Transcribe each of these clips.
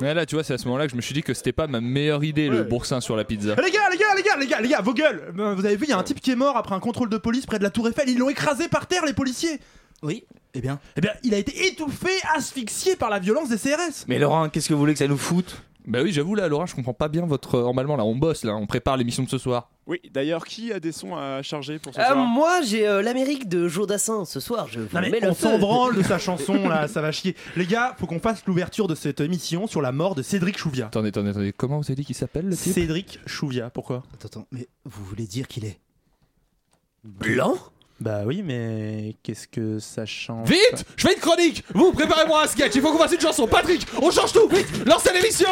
Mais là, tu vois, c'est à ce moment-là que je me suis dit que c'était pas ma meilleure idée le Ouais. boursin sur la pizza. Eh, Les gars, les gars, les gars, les gars, les gars, vos gueules Ben, Vous avez vu, il y a un type qui est mort après un contrôle de police près de la Tour Eiffel. Ils l'ont écrasé par terre, les policiers. Oui. Eh bien. Eh bien, il a été étouffé, asphyxié par la violence des CRS. Mais Laurent, qu'est-ce que vous voulez que ça nous foute Bah oui, j'avoue là, Laura, je comprends pas bien votre. euh, Normalement, là, on bosse, là, on prépare l'émission de ce soir. Oui, d'ailleurs, qui a des sons à charger pour ce Ah, soir moi, j'ai euh, l'Amérique de Jodassin ce soir. Je vous Non mais mets le on s'en feu. branle de sa chanson là, ça va chier. Les gars, faut qu'on fasse l'ouverture de cette émission sur la mort de Cédric Chouviat. Attendez, attendez, attendez. Comment vous avez dit qu'il s'appelle le type Cédric Chouviat, pourquoi Attends, attends, mais vous voulez dire qu'il est Blanc Bah oui, mais qu'est-ce que ça change Vite Je fais une chronique Vous, préparez-moi un sketch, il faut qu'on fasse une chanson. Patrick, on change tout Vite Lancez l'émission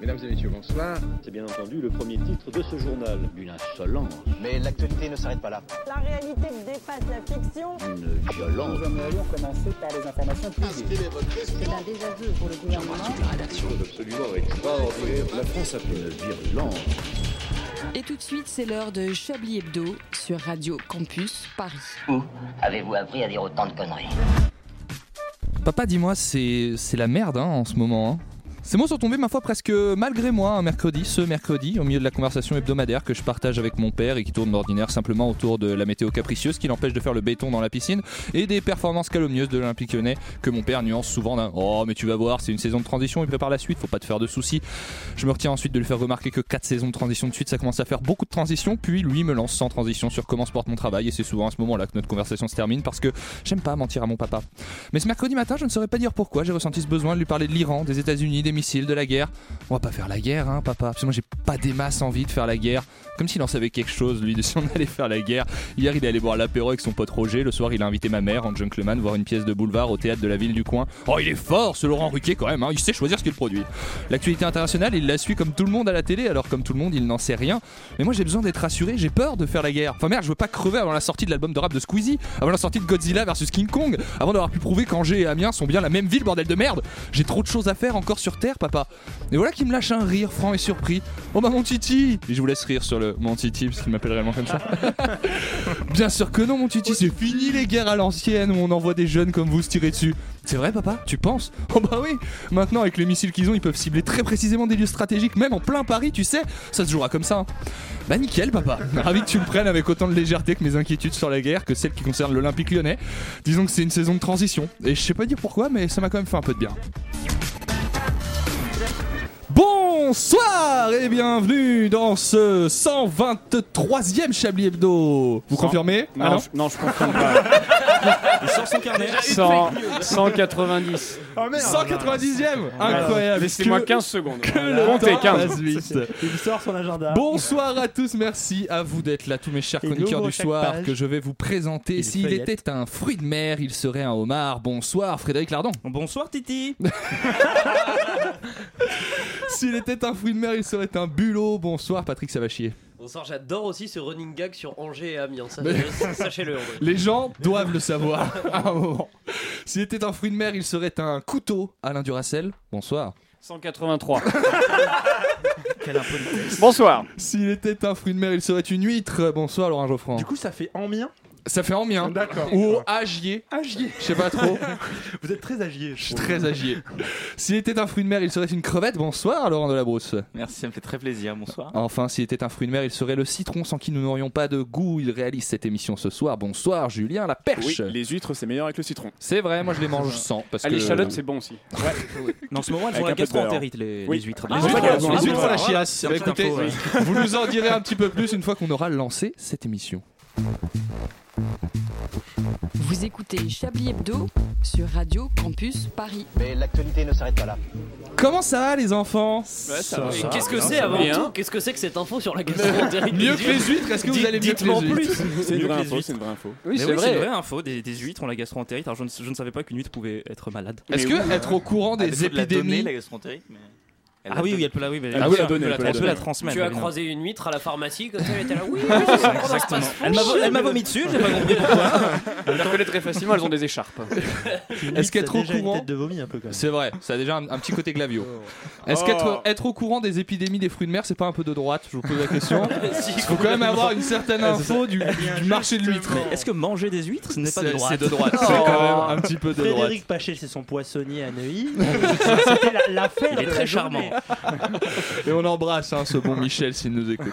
Mesdames et messieurs, bonsoir. C'est bien entendu le premier titre de ce journal. Une insolence, Mais l'actualité ne s'arrête pas là. La réalité dépasse la fiction. une violence. C'est un désaveu pour le gouvernement. Et tout de suite, c'est l'heure de Chablis Hebdo sur Radio Campus Paris. Où avez-vous appris à dire autant de conneries Papa, dis-moi, c'est c'est la merde hein, en ce moment. hein. Ces mots sont tombés, ma foi, presque malgré moi, un mercredi, ce mercredi, au milieu de la conversation hebdomadaire que je partage avec mon père et qui tourne d'ordinaire simplement autour de la météo capricieuse qui l'empêche de faire le béton dans la piscine et des performances calomnieuses de l'Olympique lyonnais que mon père nuance souvent d'un Oh, mais tu vas voir, c'est une saison de transition, il prépare la suite, faut pas te faire de soucis. Je me retiens ensuite de lui faire remarquer que 4 saisons de transition de suite, ça commence à faire beaucoup de transitions, puis lui me lance sans transition sur comment se porte mon travail et c'est souvent à ce moment-là que notre conversation se termine parce que j'aime pas mentir à mon papa. Mais ce mercredi matin, je ne saurais pas dire pourquoi, j'ai ressenti ce besoin de lui parler de l'Iran, des États-Unis, des missiles, de la guerre. On va pas faire la guerre, hein, papa, parce que moi j'ai pas des masses envie de faire la guerre. Comme s'il en savait quelque chose, lui, de si on allait faire la guerre. Hier, il est allé boire l'apéro avec son pote Roger, le soir, il a invité ma mère en gentleman voir une pièce de boulevard au théâtre de la ville du coin. Oh, il est fort, ce Laurent Ruquier quand même, hein, il sait choisir ce qu'il produit. L'actualité internationale, il la suit comme tout le monde à la télé, alors comme tout le monde, il n'en sait rien. Mais moi j'ai besoin d'être rassuré, j'ai peur de faire la guerre. Enfin merde, je veux pas crever avant la sortie de l'album de rap de Squeezie, avant la sortie de Godzilla versus King Kong, avant d'avoir pu prouver qu'Angers et Amiens sont bien la même ville, bordel de merde. J'ai trop de choses à faire encore sur Terre, papa. Et voilà qui me lâche un rire franc et surpris. Oh bah mon titi Et je vous laisse rire sur le mon titi, parce qu'il m'appelle réellement comme ça. bien sûr que non, mon titi, c'est fini les guerres à l'ancienne où on envoie des jeunes comme vous se tirer dessus. C'est vrai, papa Tu penses Oh bah oui Maintenant, avec les missiles qu'ils ont, ils peuvent cibler très précisément des lieux stratégiques, même en plein Paris, tu sais Ça se jouera comme ça. hein. Bah nickel, papa Ravi que tu le prennes avec autant de légèreté que mes inquiétudes sur la guerre, que celles qui concernent l'Olympique lyonnais. Disons que c'est une saison de transition. Et je sais pas dire pourquoi, mais ça m'a quand même fait un peu de bien. Bonsoir et bienvenue dans ce 123e Chablis Hebdo Vous Cent- confirmez Non, Ah je, non, je confirme pas. Il sort son carnet. 100, 190. Oh merde Ah, 190e Incroyable Laissez-moi Que- 15 secondes. que le Comptez temps 15. passe vite. Il sort son agenda. Bonsoir à tous, merci à vous d'être là, tous mes chers Et chroniqueurs d'ouvre du chaque soir page. que je vais vous présenter. Et S'il feuillette. était un fruit de mer, il serait un homard. Bonsoir Frédéric Lardon. Bonsoir Titi S'il était un fruit de mer, il serait un bulot. Bonsoir Patrick Savachier. Bonsoir, j'adore aussi ce running gag sur Angers et Amiens. ça- Mais- Sachez-le. en vrai. Les gens doivent le savoir à un moment. S'il était un fruit de mer, il serait un couteau. Alain Duracel, bonsoir. 183. Bonsoir. S'il était un fruit de mer, il serait une huître. Bonsoir Laurent Geoffrand. Du coup, ça fait en mien. Ça fait en mien. D'accord. Ou agier, Agier. je sais pas trop. Vous êtes très agier. Je suis très agier. S'il était un fruit de mer, il serait une crevette. Bonsoir Laurent Delabrousse. Merci, ça me fait très plaisir, bonsoir. Enfin, s'il était un fruit de mer, il serait le citron sans qui nous n'aurions pas de goût. Il réalise cette émission ce soir. Bonsoir Julien la Oui, perche. les huîtres, c'est meilleur avec le citron. C'est vrai, moi je les mange sans parce Ah, que l'échalote, c'est bon aussi. en ce moment, elles Avec ont un peu la de gastroentérite, les, Oui. les huîtres. Ah, Les oui, huîtres, d'accord, elles ont les la huîtres, gastroentérite. la chiasse. Cette Écoutez, info, ouais. vous nous en direz un petit peu plus une fois qu'on aura lancé cette émission. Vous écoutez Chablis Hebdo sur Radio Campus Paris. Mais l'actualité ne s'arrête pas là. Comment ça va les enfants Mais Qu'est-ce que c'est avant tout Qu'est-ce que c'est que cette info sur la gastroentérite Mieux que les huîtres, est-ce que vous allez mieux que les huîtres C'est une Mieux vraie que les info, huîtres. c'est une vraie info. Oui, Mais c'est oui, c'est une vrai. vraie info, des, des huîtres ont la gastroentérite. Alors je ne, je ne savais pas qu'une huître pouvait être malade. Est-ce que être au courant des épidémies la gastroentérite, mais. Ah oui, oui, elle peut la, oui, mais- Elle Ah peut oui, la donner, elle elle peut la- la elle peut la donner. transmettre. Tu as évidemment. croisé une huître à la pharmacie, comme ça, elle était là. Oui, oui, c'est ça, on en se passe. Exactement. Elle m'a vo- Elle m'a vomi dessus, j'ai pas compris pourquoi. Je les reconnais très facilement, elles ont des écharpes. Est-ce qu'être au courant tête de vomi un peu quand même. C'est vrai, ça a déjà un, un petit côté glavio. Est-ce qu'être être au courant des épidémies des fruits de mer, c'est pas un peu de droite Je vous pose la question. Il faut quand même avoir une certaine info du, du marché de l'huître. Est-ce que manger des huîtres, ce n'est pas C'est- de droite C'est de droite, c'est Oh. quand même un petit peu de droite. Oh. Frédéric Pachet, c'est son poissonnier à Neuilly. C'était la- l'affaire. Il est de la très journée. charmant. Et on embrasse hein, ce bon Michel s'il nous écoute.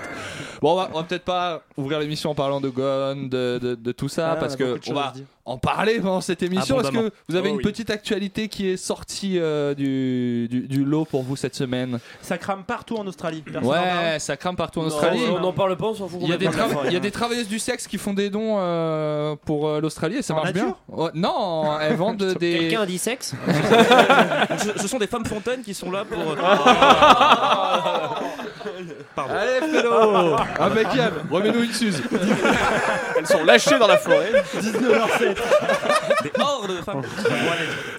Bon, on va, on va peut-être pas ouvrir l'émission en parlant de Gone, de, de- de tout ça, Ah, parce on a que beaucoup de on choses va à se dire. en parler pendant cette émission. Est-ce que Abondamment. vous avez Oh une oui. petite actualité qui est sortie euh, du, du- du lot pour vous cette semaine Ça crame partout en Australie. Personne en parle. Ouais, ça crame partout en Non, Australie. On n'en parle pas, on s'en fout. Il y, a des complètement. trava- il y a des travailleuses du sexe qui font des dons euh, pour euh, l'Australie et ça En marche bien. nature Oh, non, elles vendent des. Quelqu'un a dit sexe Ce ce sont des femmes fontaines qui sont là pour. euh, Allez, Ah, Félo Impeccable Remets-nous une suze Elles sont lâchées dans la forêt. des hordes de femmes.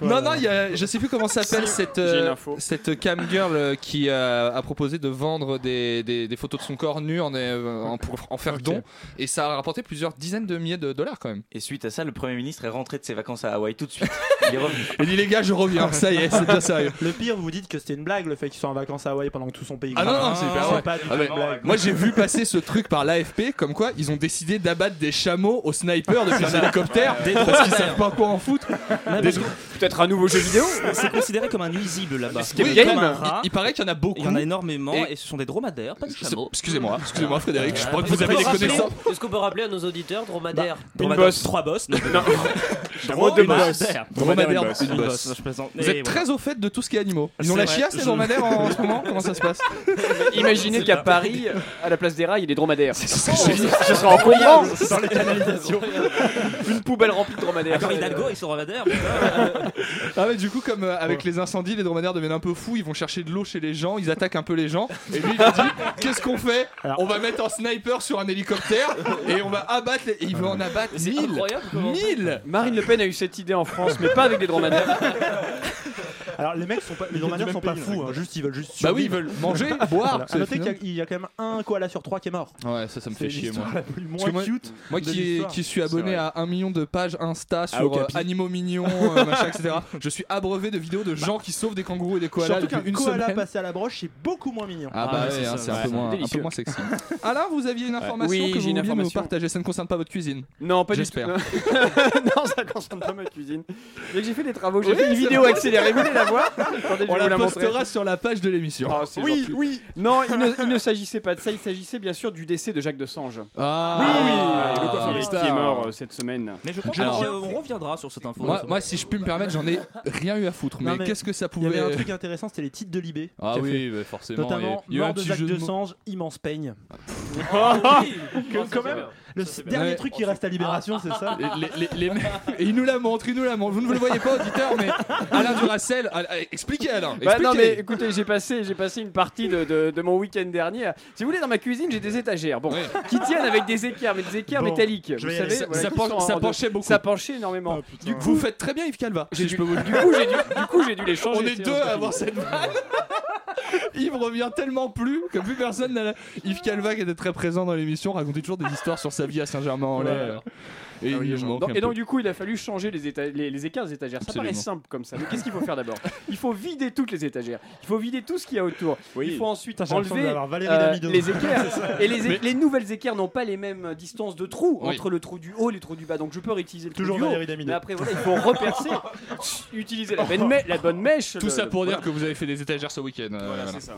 Non, non, il y a, je sais plus comment s'appelle cette, euh, j'ai une info. cette cam girl euh, qui euh, a proposé de vendre des, des- des photos de son corps nu en, euh, en- pour en faire don. Et ça a rapporté plusieurs dizaines de milliers de dollars quand même. Et suite à ça, le Premier ministre est rentré de ses vacances à Hawaï tout de suite. Il est revenu. Il dit les gars, je reviens, ça y est, c'est bien sérieux. Le pire, vous vous dites que c'était une blague, le fait qu'ils soient en vacances à Hawaï pendant que tout son pays. Ah non, crame. non, c'est hyper C'est vrai. pas du tout Ah, mais une blague. Moi j'ai vu passer ce truc par l'AFP comme quoi ils ont décidé d'abattre des chameaux aux snipers depuis un hélicoptère parce qu'ils savent pas quoi en foutre. Peut-être un nouveau jeu vidéo. C'est considéré comme un nuisible là-bas. Escape Oui, game. comme un Il, rat. il paraît qu'il y en a beaucoup. Il y en a énormément Et- et ce sont des dromadaires, pas des chameaux. Ah. Excusez-moi, excusez-moi Frédéric, je crois que Euh, Est-ce vous avez qu'on des peut rappeler- connaissances. Est-ce qu'on peut rappeler à nos auditeurs dromadaire Une Dromadaires, bosse. Trois bosses. Dromadaire, une bosse. Dromadaire, Dromadaire, une bosse. je présente. Vous Et êtes très au fait de tout ce qui est animaux. Ils ont C'est la vrai. chiasse les Je- dromadaires en, en ce moment Comment ça se passe Imaginez qu'à Paris, à la place des rails, il y ait des dromadaires. C'est Ce sera en courant Une poubelle remplie de dromadaires. Encore Hidalgo, ils sont dromadaires. euh, Ah mais du coup comme euh, avec les incendies, les dromadaires deviennent un peu fous, ils vont chercher de l'eau chez les gens, ils attaquent un peu les gens. Et lui il leur dit qu'est-ce qu'on fait Alors- On va mettre un sniper sur un hélicoptère et on va abattre. Les... Et il veut en abattre 1000 Incroyable comment 1000 Marine Le Pen a eu cette idée en France, mais pas avec des dromadaires. Alors les mecs sont pas, les dromadaires sont pas fous, hein, juste ils veulent juste. Bah oui ils survivre. veulent manger, boire. Voilà. À noter qu'il y a- il y, a quand même un koala sur trois qui est mort. Ouais ça ça me C'est fait chier moi. l'histoire la plus que moins moi- cute. Moi de qui, l'histoire. qui suis abonné vrai. à un million de pages Insta sur au euh, Capi. animaux mignons, euh, machin, etc. Je suis abreuvé de vidéos de gens qui sauvent des kangourous et des koalas Surtout depuis qu'un une koala semaine. passé à la broche, c'est beaucoup moins mignon. Ah bah Ah ouais, ouais, c'est hein, ça, c'est un, ouais. peu moins- un peu Délicieux. moins sexy. Alain, vous aviez une information Oui, que j'ai vous une vouliez nous information. partager, ça ne concerne pas votre cuisine. Non, pas du tout. J'espère. non, ça concerne pas ma cuisine. Mais j'ai fait des travaux, j'ai Oui, fait une c'est vidéo vrai. accélérée. Vous voulez la voir Attendez, je On vais la vous la montrer. postera sur la page de l'émission. Ah, c'est gentil. oui. Non, il ne, il ne s'agissait pas de ça, il s'agissait bien sûr du décès de Jacques Dessange. Ah, Et le coiffeur star. qui est mort euh, cette semaine. Mais je crois Alors- qu'on euh, on reviendra sur cette info. Moi, moi, si je puis me permettre, j'en ai rien eu à foutre. Non, Mais, mais qu'est-ce que ça Il y avait un pouvait. euh, truc intéressant, c'était les titres de Libé. Ah qu'il a fait. oui, bah, forcément. Notamment, il y a- il y a eu un mort de petit Jacques jeu de mots. Desange, immense peigne. Comme quand même. Le dernier Ouais. truc qui reste à Libération, c'est ça. Les- les- les- les- Et il nous la montre, il nous la montre. Vous ne le voyez pas, auditeur, mais Alain Duracel, Al- Al- expliquez Alain. Bah, Expliquez. non mais écoutez, j'ai passé, j'ai passé une partie de, de- de mon week-end dernier. Si vous voulez, dans ma cuisine, j'ai des étagères, bon, Oui. qui tiennent avec des équerres, mais des équerres Bon, métalliques. je Vous vais y aller. Ah, savez, ça, voilà, ça qui penche- sont en- ça de- penchait beaucoup. ça penchait énormément. Du coup, vous faites très bien Yves Calva. J'ai dû- si je peux vous le Du dire. coup, j'ai dû, du coup, j'ai dû les changer. On est c'est deux à horrible. avoir cette vanne. Yves revient tellement plus que plus personne n'a. la- Yves Calva, qui était très présent dans l'émission, racontait toujours des histoires sur sa vie à Saint-Germain-en-Laye. Et Ah Ah il nous manque Donc- un et donc peu. du coup il a fallu changer les, éta- les, les écarts des étagères. Ça Absolument. paraît simple comme ça, mais qu'est-ce qu'il faut faire d'abord Il faut vider toutes les étagères. Il faut vider tout ce qu'il y a autour. Oui. Il faut ensuite Putain, j'ai l'impression enlever d'avoir Valérie euh, Damido. les équerres. et les, é- les nouvelles équerres n'ont pas les mêmes distances de trous Oui. entre le trou du haut et le trou du bas. Donc je peux réutiliser le Toujours trou du haut. Valérie Damido. Mais après voilà, il faut repercer, utiliser la bonne, mê- la bonne mèche. Tout le- ça le- pour dire voilà. que vous avez fait des étagères ce week-end. euh, Voilà, voilà. c'est ça.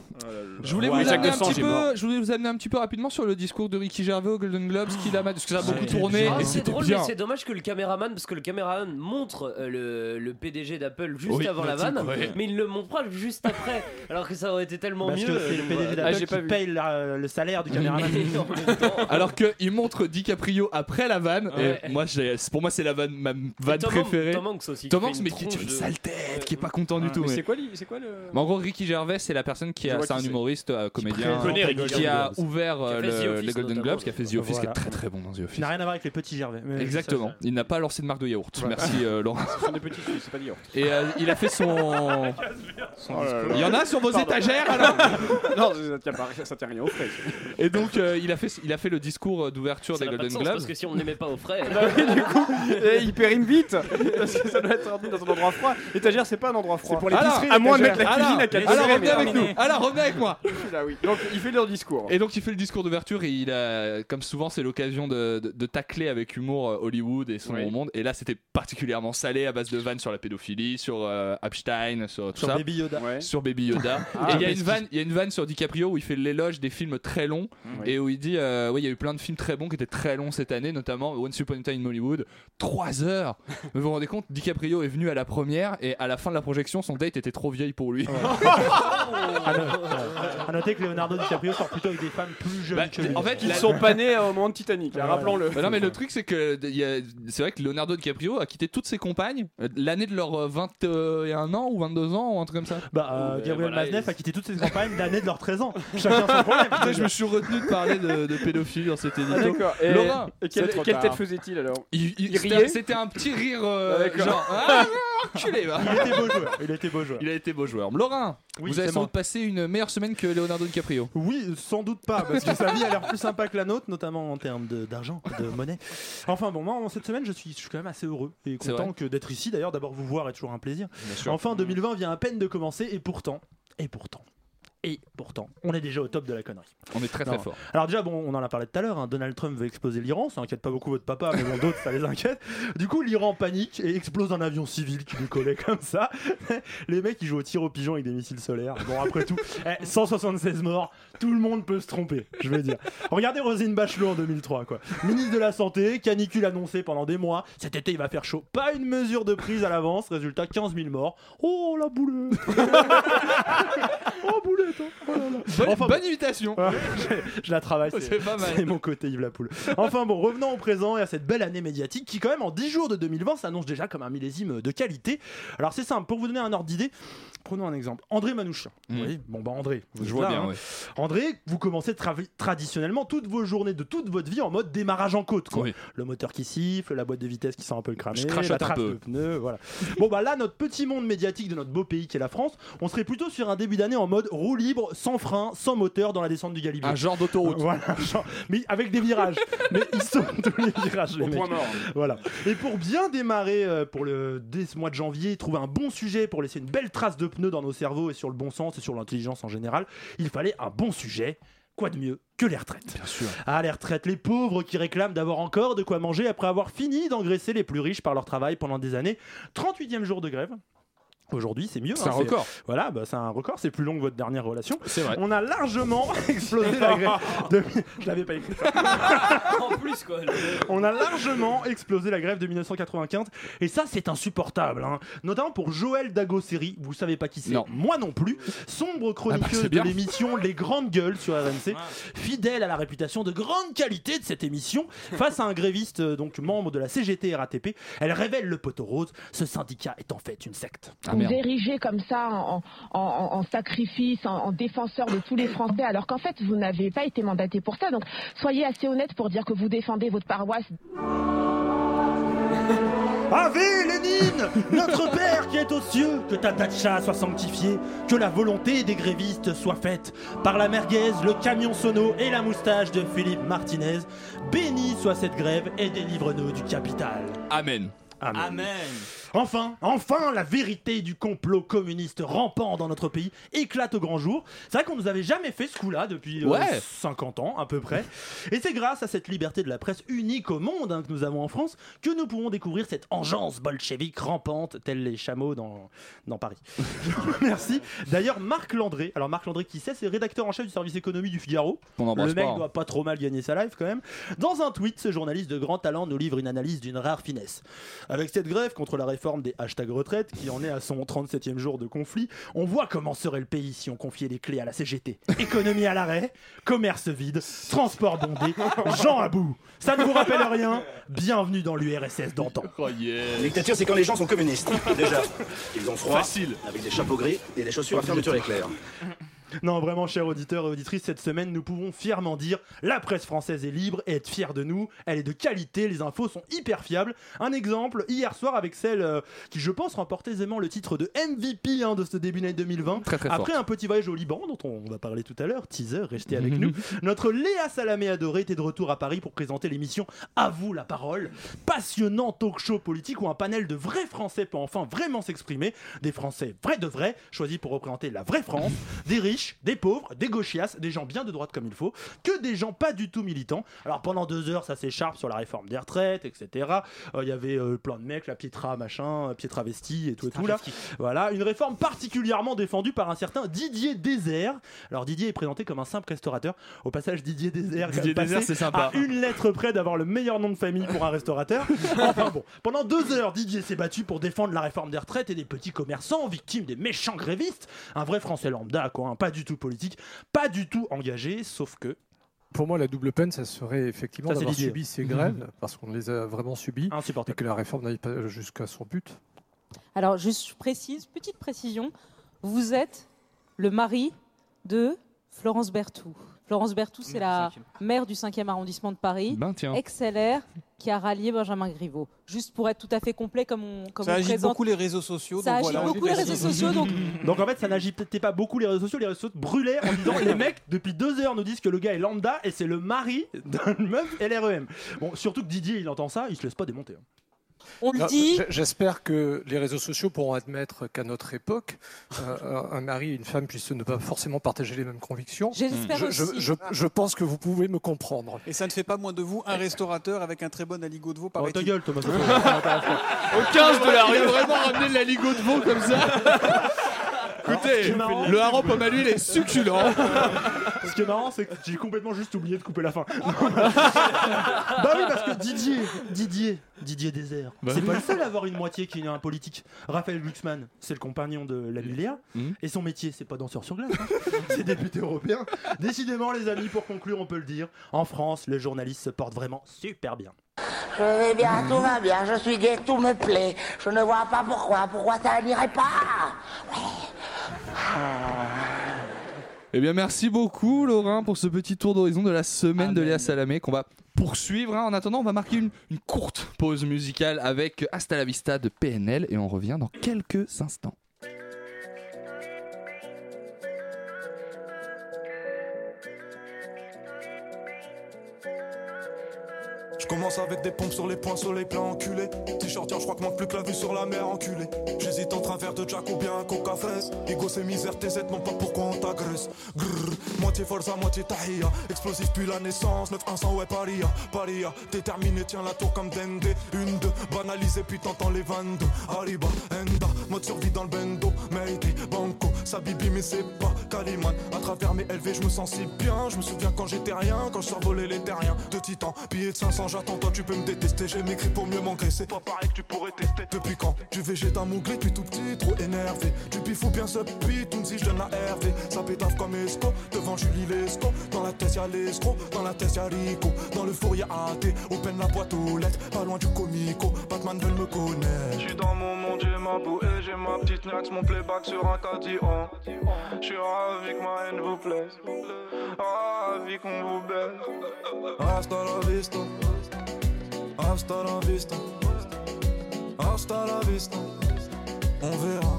Je voulais, Voilà. vous amener Jacques un Dessange petit est mort. peu, je voulais vous amener un petit peu rapidement sur le discours de Ricky Gervais au Golden Globes qu'il a parce que ça a beaucoup Ouais. tourné Ah, et c'est c'était drôle, bien. mais c'est dommage que le caméraman, parce que le caméraman montre euh, le, le PDG d'Apple juste Oui, avant la le type, vanne, ouais. mais il le montre pas juste après, alors que ça aurait été tellement Parce mieux. que c'est euh, le PDG Ah, j'ai d'Apple pas qui vu. paye la- le salaire Ah, du caméraman. Mais en même temps, Alors qu'il montre DiCaprio après la vanne Ouais. et moi j'ai- pour moi c'est la vanne ma vanne Tom Hanks- préférée. Tom Hanks aussi. Tom fait Hanks, une mais qui tire tronche une de- Ah, sale tête, qui est pas content du tout. Mais mais- c'est quoi, li- c'est quoi le. Mais en gros, Ricky Gervais, c'est la personne qui Je a, vois c'est qui un c'est. humoriste, euh, comédien, présente les qui Golden a Globes. ouvert euh, Qui a fait The le- Office, les Golden notamment, Globes, qui a fait The Office, qui est Voilà. très très bon dans The Qui Office. n'a rien à voir avec les petits Gervais. mais oui, Exactement. Il n'a pas lancé de marque de yaourt. Voilà. Merci euh, Laurent. Ce sont des petits fruits, c'est pas dur. Et euh, il a fait son. Oh là là. Il y en a sur vos Pardon. étagères alors Non, ça tient, pas- ça tient rien aux frais. Et donc euh, il, a fait, il a fait le discours d'ouverture Ça des n'a pas de Golden sens, Globes. parce que si on n'aimait pas au frais, Bah Et eh, il périme vite parce que ça doit être dans un endroit froid. L'étagère, c'est pas un endroit froid. C'est pour les Alors, pisseries, à moins de l'étagère. mettre la cuisine à quatre Alors degrés, revenez mais avec nous Alors revenez avec moi Là, oui. Donc il fait leur discours. Et donc il fait le discours d'ouverture et il a, comme souvent, c'est l'occasion de, de- de tacler avec humour euh, Hollywood et son Oui. monde. Et là, c'était particulièrement salé à base de vannes sur la pédophilie, sur euh, Epstein, sur tout Sur ça. Baby Yoda. Ouais. Sur Baby Yoda. Ah, Ah, et il y, a une vanne, il y a une vanne sur DiCaprio où il fait l'éloge des films très longs Mm. Oui. et où il dit euh, Oui, il y a eu plein de films très bons qui étaient très longs cette année, notamment Once Upon a Time in Hollywood. 3 heures Vous vous rendez compte DiCaprio est venu à la première et à la fin de la projection, son date était trop vieille pour lui. À no- à noter que Leonardo DiCaprio sort plutôt avec des femmes plus jeunes Bah, que lui. en fait, Ils la- sont pas nés au moment de Titanic, hein, Ouais. rappelons-le. Bah non mais le truc c'est que d- y a- c'est vrai que Leonardo DiCaprio a quitté toutes ses compagnes euh, l'année de leurs euh, 21 ans ou 22 ans ou un truc comme ça. Bah, euh, Ouais, Gabriel voilà, Maznev et- a quitté toutes ses campagnes d'années de leurs 13 ans. Chacun son problème. Putain, je me suis retenu de parler de, de pédophilie dans cet Ah, édito. D'accord. Et, Laurent, et quelle, c'est trop quelle tard. tête faisait-il alors Il- il- Il c'était- riait C'était un petit rire euh, Ah, d'accord. genre ah, enculé, va. Il était beau joueur. Il était beau joueur. Il a été beau joueur. Laurent, Oui, vous avez c'est sans moi. doute passé une meilleure semaine que Leonardo DiCaprio. Oui, sans doute pas, parce que sa vie a l'air plus sympa que la nôtre, notamment en termes de- d'argent, de, monnaie. Enfin bon, moi, en cette semaine, je suis, je suis quand même assez heureux et C'est content vrai. que d'être ici. D'ailleurs, d'abord, vous voir est toujours un plaisir. Bien Enfin, 2020 vient à peine de commencer, et pourtant, et pourtant, et pourtant, on est déjà au top de la connerie. On est très très Non. fort. Alors déjà, bon, on en a parlé tout à l'heure, hein, Donald Trump veut exploser l'Iran, ça inquiète pas beaucoup votre papa, mais bon, d'autres, ça les inquiète. Du coup, l'Iran panique et explose un avion civil qui lui collait comme ça. Les mecs, ils jouent au tir aux pigeons avec des missiles solaires. Bon, après tout, eh, 176 morts, tout le monde peut se tromper, je veux dire. Regardez Rosine Bachelot en 2003, quoi. Ministre de la Santé, canicule annoncée pendant des mois, cet été, il va faire chaud. Pas une mesure de prise à l'avance, résultat, 15 000 morts. Oh, la boulette Oh, boulette hein. Oh là là. Bonne, Enfin, bonne imitation. Ouais, je, je la travaille. c'est- C'est pas c'est mal. mon côté Yves Lapoule. Enfin bon, revenons au présent et à cette belle année médiatique qui, quand même, en 10 jours de 2020, s'annonce déjà comme un millésime de qualité. Alors c'est simple, pour vous donner un ordre d'idée, prenons un exemple. André Manouchian. Mm. Oui, bon bah André. vous Je êtes vois là, bien. hein. ouais. André, vous commencez tra- traditionnellement toutes vos journées de toute votre vie en mode démarrage en côte. Quoi. Oui. Le moteur qui siffle, la boîte de vitesse qui sent un peu le cramé, Je crachote la un trappe peu. de pneus, voilà. bon bah là, notre petit monde médiatique de notre beau pays qui est la France, on serait plutôt sur un début d'année en mode roue libre, sans frein, sans moteur dans la descente du Galibier. Un genre d'autoroute. Voilà, genre- mais avec des virages. mais ils sont tous les virages, les Au mecs. point mort. Voilà. Et pour bien démarrer, euh, pour le, dès ce mois de janvier, trouver un bon sujet pour laisser une belle trace de pneus dans nos cerveaux et sur le bon sens et sur l'intelligence en général, il fallait un bon sujet. Quoi de mieux que les retraites Bien sûr. Ah, les retraites, les pauvres qui réclament d'avoir encore de quoi manger après avoir fini d'engraisser les plus riches par leur travail pendant des années. 38e jour de grève. Aujourd'hui, c'est mieux. C'est hein, un record. Voilà, bah, c'est un record. C'est plus long que votre dernière relation. C'est vrai. On a largement explosé la grève. De... Je l'avais pas écrit. Ah, en plus quoi. le- On a largement explosé la grève de 1995 et ça c'est insupportable. hein. Notamment pour Joël Dagosséry, vous savez pas qui c'est. Non. Ah bah, Moi non plus. Sombre chroniqueuse c'est de bien. l'émission Les Grandes Gueules sur RMC, fidèle à la réputation de grande qualité de cette émission, face à un gréviste euh, donc membre de la CGT RATP, elle révèle le poteau rose. Ce syndicat est en fait une secte. Ah merde. Érigé comme ça en, en- en- en sacrifice, en, en défenseur de tous les Français, alors qu'en fait vous n'avez pas été mandaté pour ça. Donc soyez assez honnête pour dire que vous défendez votre paroisse Ave Lénine Notre Père qui est aux cieux, que ta tatcha soit sanctifiée, que la volonté des grévistes soit faite par la merguez, le camion sono et la moustache de Philippe Martinez. Béni soit cette grève et délivre-nous du capital. Amen. Amen. Amen. Enfin, enfin, la vérité du complot communiste rampant dans notre pays éclate au grand jour. C'est vrai qu'on nous avait jamais fait ce coup-là depuis euh, Ouais. 50 ans à peu près. Et c'est grâce à cette liberté de la presse unique au monde hein, que nous avons en France que nous pouvons découvrir cette engeance bolchevique rampante, telle les chameaux dans, dans Paris. Je vous remercie. D'ailleurs, Marc Landré, alors Marc Landré qui sait, c'est rédacteur en chef du service économie du Figaro. On embrasse Le mec pas. hein. doit pas trop mal gagner sa life quand même. Dans un tweet, ce journaliste de grand talent nous livre une analyse d'une rare finesse. Avec cette grève contre la réforme des hashtags retraite, qui en est à son 37e jour de conflit, on voit comment serait le pays si on confiait les clés à la CGT. Économie à l'arrêt, commerce vide, transport bondé, gens à bout. Ça ne vous rappelle rien Bienvenue dans l'URSS d'antan. Oh yeah. La dictature, c'est quand les gens sont communistes. Déjà, ils ont froid, Facile. avec des chapeaux gris et des chaussures à fermeture éclair. Non, vraiment, chers auditeurs et auditrices, cette semaine, nous pouvons fièrement dire la presse française est libre et être fière de nous. Elle est de qualité, les infos sont hyper fiables. Un exemple, hier soir, avec celle euh, qui, je pense, remporte aisément le titre de MVP hein, de ce début d'année 2020. Très très fort. Après un petit voyage au Liban, dont on va parler tout à l'heure, teaser, restez avec nous, notre Léa Salamé adorée était de retour à Paris pour présenter l'émission À vous la parole, passionnant talk show politique où un panel de vrais Français peut enfin vraiment s'exprimer, des Français vrais de vrais, choisis pour représenter la vraie France, des riches, des pauvres, des gauchias, des gens bien de droite comme il faut, que des gens pas du tout militants. Alors pendant deux heures, ça s'écharpe sur la réforme des retraites, etc. Euh, Il y avait euh, plein de mecs, la Pietra machin, euh, Pietra Vesti et tout et tout là. Voilà, une réforme particulièrement défendue par un certain Didier Désert. Alors Didier est présenté comme un simple restaurateur. Au passage, Didier Désert, Didier passé Désert, c'est sympa. À une lettre près d'avoir le meilleur nom de famille pour un restaurateur. Enfin bon, pendant deux heures, Didier s'est battu pour défendre la réforme des retraites et des petits commerçants, victimes des méchants grévistes. Un vrai Français lambda, quoi, hein, pas du tout politique, pas du tout engagé, sauf que Pour moi, la double peine, ça serait effectivement Ça, c'est d'avoir l'idée. subi ces grèves, parce qu'on les a vraiment subies, et insupportable. que la réforme n'aille pas jusqu'à son but. Alors, juste précise, petite précision, vous êtes le mari de Florence Berthoud. Florence Berthoud, c'est la maire du 5e arrondissement de Paris, Ben tiens. ex-LR, qui a rallié Benjamin Griveaux. Juste pour être tout à fait complet, comme on, comme Ça on agite présente. beaucoup les réseaux sociaux. ça donc agite voilà. beaucoup les réseaux sociaux, donc Donc en fait, ça n'agitait pas beaucoup les réseaux sociaux. Les réseaux sociaux brûlaient en disant les mecs depuis deux heures nous disent que le gars est lambda et c'est le mari d'une meuf LREM. Bon, surtout que Didier, il entend ça, il se laisse pas démonter. hein. on le Non, dit. j- J'espère que les réseaux sociaux pourront admettre qu'à notre époque, euh, un un mari et une femme puissent ne pas forcément partager les mêmes convictions. J'espère Je, je- aussi. je- je pense que vous pouvez me comprendre. Et ça ne fait pas moins de vous un restaurateur avec un très bon aligot de veau, Oh, ta paraît-il. gueule, Thomas. ça m'intéresse pas. Au 15 de la Il a rue. vraiment ramené de l'aligot de veau comme ça. Ce qui est marrant- Le hareng Bah, pomme à l'huile est succulent. Ce qui est marrant, c'est que j'ai complètement juste oublié de couper la fin. bah oui, parce que Didier, Didier, Didier Désert, Bah c'est oui. pas le seul à avoir une moitié qui est un politique. Raphaël Glucksmann, c'est le compagnon de la Léa, Mhm. et son métier, c'est pas danseur sur glace, hein. c'est député européen. Décidément, les amis, pour conclure, on peut le dire, en France, les journalistes se portent vraiment super bien. Je vais bien, tout va bien, je suis gay, tout me plaît. Je ne vois pas pourquoi, pourquoi ça n'irait pas Eh bien, merci beaucoup, Laurent, pour ce petit tour d'horizon de la semaine de Léa Salamé qu'on va poursuivre. hein. En attendant, on va marquer une, une courte pause musicale avec Hasta la Vista de PNL et on revient dans quelques instants. Je commence avec des pompes sur les poings, sur les plats enculés. T-shirt, je crois que manque plus que la vue sur la mer enculée. J'hésite entre un verre de Jack ou bien un coca fraise. Ego, c'est misère, tes aides, non pas pourquoi on t'agresse. Grrr, moitié forza, moitié tahia. Explosif puis la naissance, 9-100, ouais, paria. Paria, déterminé, tiens la tour comme Dende. Une, deux, banalisé, puis t'entends les vandes. Arriba, enda, mode survie dans le bendo. Mayday, banco, ça bibi, mais c'est pas Caliman. À travers mes LV, je me sens si bien. Je me souviens quand j'étais rien, quand je survolais les terriens. De titan, billet de 500, j'attends, toi tu peux me détester. J'ai m'écrit pour mieux m'engraisser. Pas pareil que tu pourrais tester. Depuis quand Tu végéta mouglé, depuis tout petit, trop énervé. Tu pifou bien ce pitoun si je donne la RV. Ça pétave comme esco, devant Julie Lesco. Dans la thèse y'a l'escroc, dans la thèse y'a Rico. Dans le four y'a AT, open la boîte aux lettres. Pas loin du comico, Batman veut me connaître. J'suis dans mon monde, j'ai ma bouée, j'ai ma petite nax, mon playback sur un cadillon. J'suis ravi que ma haine vous plaise. Ravi qu'on vous baise. Hasta la vista. Hasta la vista. Hasta la vista. On verra.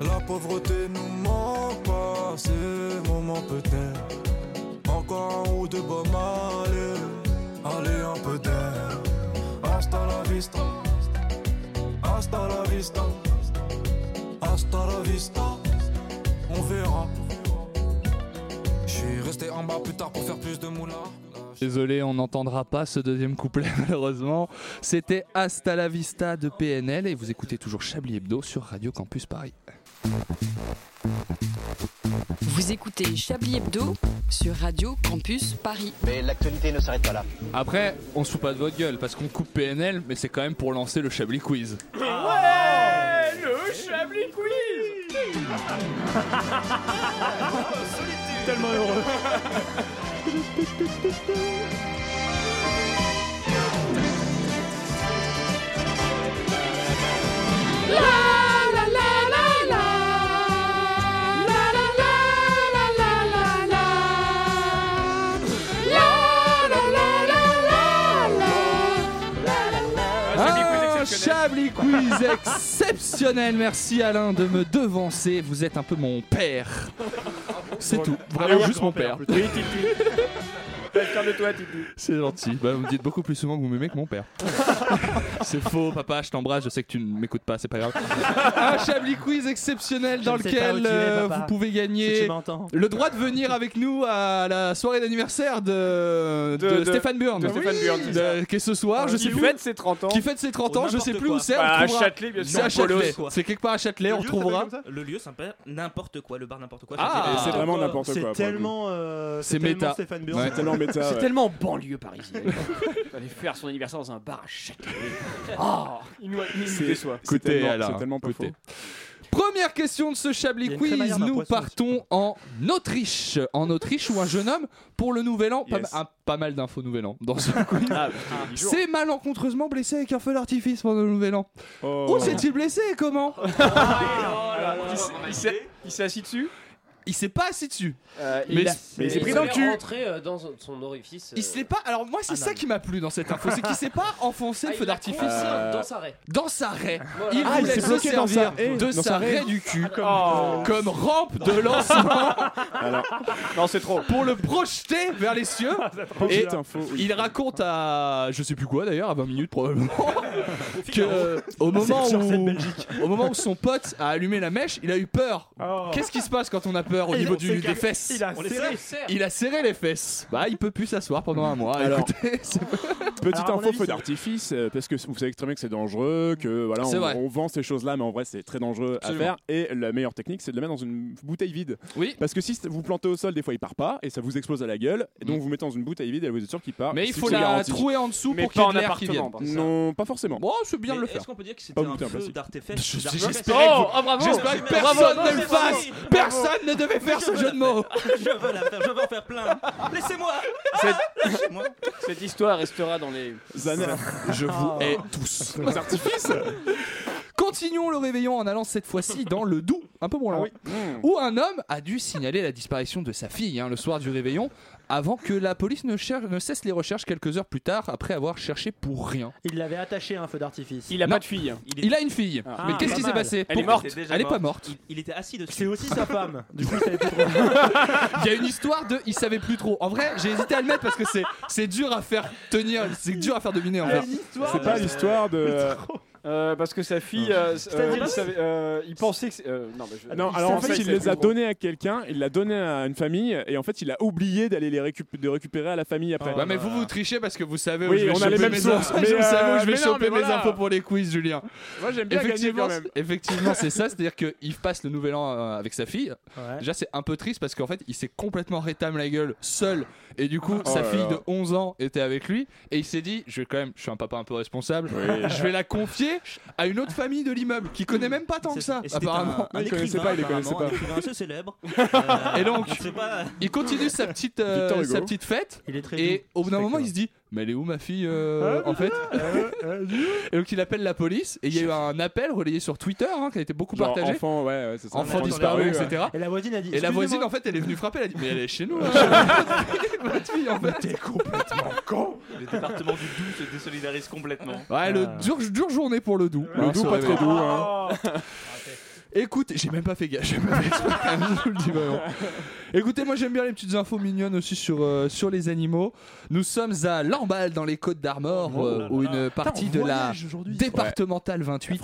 La pauvreté nous manque pas, ces moments peut-être. Encore un ou deux bas malheurs. Allez, un peu d'air. Hasta la vista. Hasta la vista. Hasta la vista. On verra. Je suis resté en bas plus tard pour faire plus de moula. Désolé, on n'entendra pas ce deuxième couplet, malheureusement. C'était Hasta la Vista de PNL et vous écoutez toujours Chablis Hebdo sur Radio Campus Paris. Vous écoutez Chablis Hebdo sur Radio Campus Paris. Mais l'actualité ne s'arrête pas là. Après, on se fout pas de votre gueule parce qu'on coupe PNL, mais c'est quand même pour lancer le Chablis Quiz. Ouais, le Chablis Quiz. Tellement heureux. La exceptionnel. Merci Alain de me devancer. Vous êtes un peu mon père. C'est tout. Vraiment juste mon père. Oui, Titi. T'as le cœur de toi, Titi. C'est gentil. Bah, vous me dites beaucoup plus souvent que vous m'aimez que mon père. c'est faux, papa. Je t'embrasse. Je sais que tu ne m'écoutes pas. C'est pas grave. Un Chablis quiz exceptionnel dans Je ne sais pas où lequel tu es, euh, papa. vous pouvez gagner Si tu m'entends. le droit de venir avec nous à la soirée d'anniversaire de, de, De- de- Stéphane Burn. de Stéphane Burn, c'est ça. Qui est ce soir. je Qui sais plus. fête ses 30 ans. Qui fête ses 30 ans. Je sais plus où c'est. on Bah, à trouvera. Châtelet, bien sûr. C'est à Châtelet. Polos, quoi. C'est quelque part à Châtelet. On retrouvera. Le lieu sympa, n'importe quoi, le bar n'importe quoi. Ah, ça fait- c'est vraiment n'importe quoi, pour C'est le tellement. euh, C'est tellement méta. Stéphane Burn. Ouais. C'est tellement méta, C'est ouais. tellement banlieue parisienne. Aller faire son anniversaire dans un bar à Châtelet. Oh, il nous, il nous déçoit. Écoutez, tellement- Alain, c'est tellement pas écoutez. Première question de ce Chablis très Quiz. manière d'un Nous poisson, partons en Autriche. En Autriche où un jeune homme, pour le nouvel an, pas Yes. Ah, ma- ah, pas mal d'infos nouvel an dans ce quiz, dix jours. s'est malencontreusement blessé avec un feu d'artifice pendant le nouvel an. Oh. Où s'est-il blessé et comment Euh, Il s- il s'est- Il s'est assis dessus Il s'est pas assis dessus. il l'a- mais il s'est pris dans le cul. rentré euh, dans son- son orifice. Il s'est pas. Alors moi, c'est ça qui m'a plu dans cette info, c'est qu'il s'est pas enfoncé le Ah, il feu l'a d'artifice coincé Euh, dans sa raie. Dans sa raie. Voilà. Il Ah, il voulait s'est se bloqué dans sa servir haie, de dans sa sa raie raie. du cul comme, Oh. comme rampe de lancement. Non, c'est trop. Pour le projeter vers les cieux. trop hein, Et bien. Info, oui. il raconte à je sais plus quoi d'ailleurs à 20 minutes probablement que Figaro. euh, au moment Sur scène où Belgique. au moment où son pote a allumé la mèche, il a eu peur. Qu'est-ce qui se passe quand on a peur au Il- niveau Oh. on s'est du, des carré- fesses il a On les serré. serre. Il a serré les fesses. Bah, il peut plus s'asseoir pendant un mois. Alors, Écoutez, c'est- Petite Alors, à mon info avis, feu c'est- d'artifice, euh, parce que vous savez extrêmement que c'est dangereux, que voilà, C'est on, vrai. on vend ces choses-là, mais en vrai c'est très dangereux Absolument. à faire. Et la meilleure technique, c'est de le mettre dans une bouteille vide. Oui. Parce que si c'est- vous plantez au sol, des fois il part pas et ça vous explose à la gueule. Et donc vous mettez dans une bouteille vide et vous êtes sûr qu'il part. Mm. Mais il Succès faut la garanti. trouer en dessous Mais pour qu'il y ait pas de en l'air qui appartement, vienne. par ça. Non, pas forcément. Bon, c'est bien de le Mais faire. Est-ce qu'on peut dire que c'était Pas un bouteille, feu impossible. d'artifice Je- d'artifice J'espérais que, Oh, vous- ah, bravo. j'espérais que Bravo, personne bravo, ne le bravo. fasse. Personne ne devait faire ce jeu de mots. Je veux la faire, je veux en faire plein. Laissez-moi. Cette histoire restera dans les. Je vous hais tous. Continuons le réveillon en allant cette fois-ci dans le Doubs, un peu Ah moins loin, Hmm. où un homme a dû signaler la disparition de sa fille hein, le soir du réveillon, avant que la police ne, cherche, ne cesse les recherches quelques heures plus tard, après avoir cherché pour rien. Il l'avait attaché à un feu d'artifice. Il a pas de fille. hein. Il, a une fille, Ah. mais Ah, qu'est-ce pas qui s'est mal. passé Elle est Pourquoi- morte. C'était déjà Elle est pas mort. morte. Il, il était assis dessus. C'est aussi sa femme. Du coup, Il y a une histoire de il savait plus trop. En vrai, j'ai hésité à le mettre parce que c'est c'est dur à faire tenir, c'est dur à faire dominer en fait. C'est pas l'histoire de. Euh, parce que sa fille, euh, s- euh, C'est-à-dire- il, savait- euh, il pensait que. c'est- euh, non, mais je- Non, il alors en savait fait, que il ça les a allait plus donnés à quelqu'un, il l'a donné à une famille, et en fait, il a oublié d'aller les récup- de récupérer à la famille après. Ouais, mais vous vous trichez parce que vous savez où Oui, je vais on a les choper mêmes mes sources, infos. mais Je euh, savais où je vais mais non, choper mais mes voilà. infos pour les quiz, Julien. Moi, j'aime bien gagner, effectivement, quand même. c'est- effectivement, c'est ça, c'est-à-dire que Yves passe le nouvel an euh, avec sa fille. Ouais. Déjà, c'est un peu triste parce qu'en fait, il s'est complètement rétame la gueule seul, et du coup, Oh sa là fille là. de 11 ans était avec lui, et il s'est dit, je vais quand même, je suis un papa un peu responsable, Oui. je vais la confier à une autre famille de l'immeuble qui connaît même pas tant que ça, Et c'était apparemment. un, un écrivain, apparemment, un écrivain assez célèbre. Et donc, c'est pas. il continue sa petite, euh, Victor Hugo. sa petite fête. Il est très et au bout d'un moment, il se dit Mais elle est où ma fille euh, Ah, en fait Et donc, il appelle la police. Et il y a eu un appel relayé sur Twitter hein, qui a été beaucoup Genre partagé. enfant, ouais, ouais, c'est ça. Enfant disparu, ouais. etc. Et la voisine a dit Et la Excusez-moi. voisine, en fait, elle est venue frapper. Elle a dit Mais elle est chez nous. hein. Votre fille, en fait. Le département du Doubs se désolidarise complètement. Ouais, Ah. le dure, dure journée pour le doux. Le Hein, doux, ce pas très réveil. doux. hein. Ah. Écoute, j'ai même pas fait gaffe, j'ai même pas fait exprès, je vous le dis vraiment. Écoutez, moi j'aime bien les petites infos mignonnes aussi sur, euh, sur les animaux. Nous sommes à Lamballe dans les Côtes d'Armor Oh euh, là où là. une Putain, partie on de la voyage aujourd'hui. départementale 28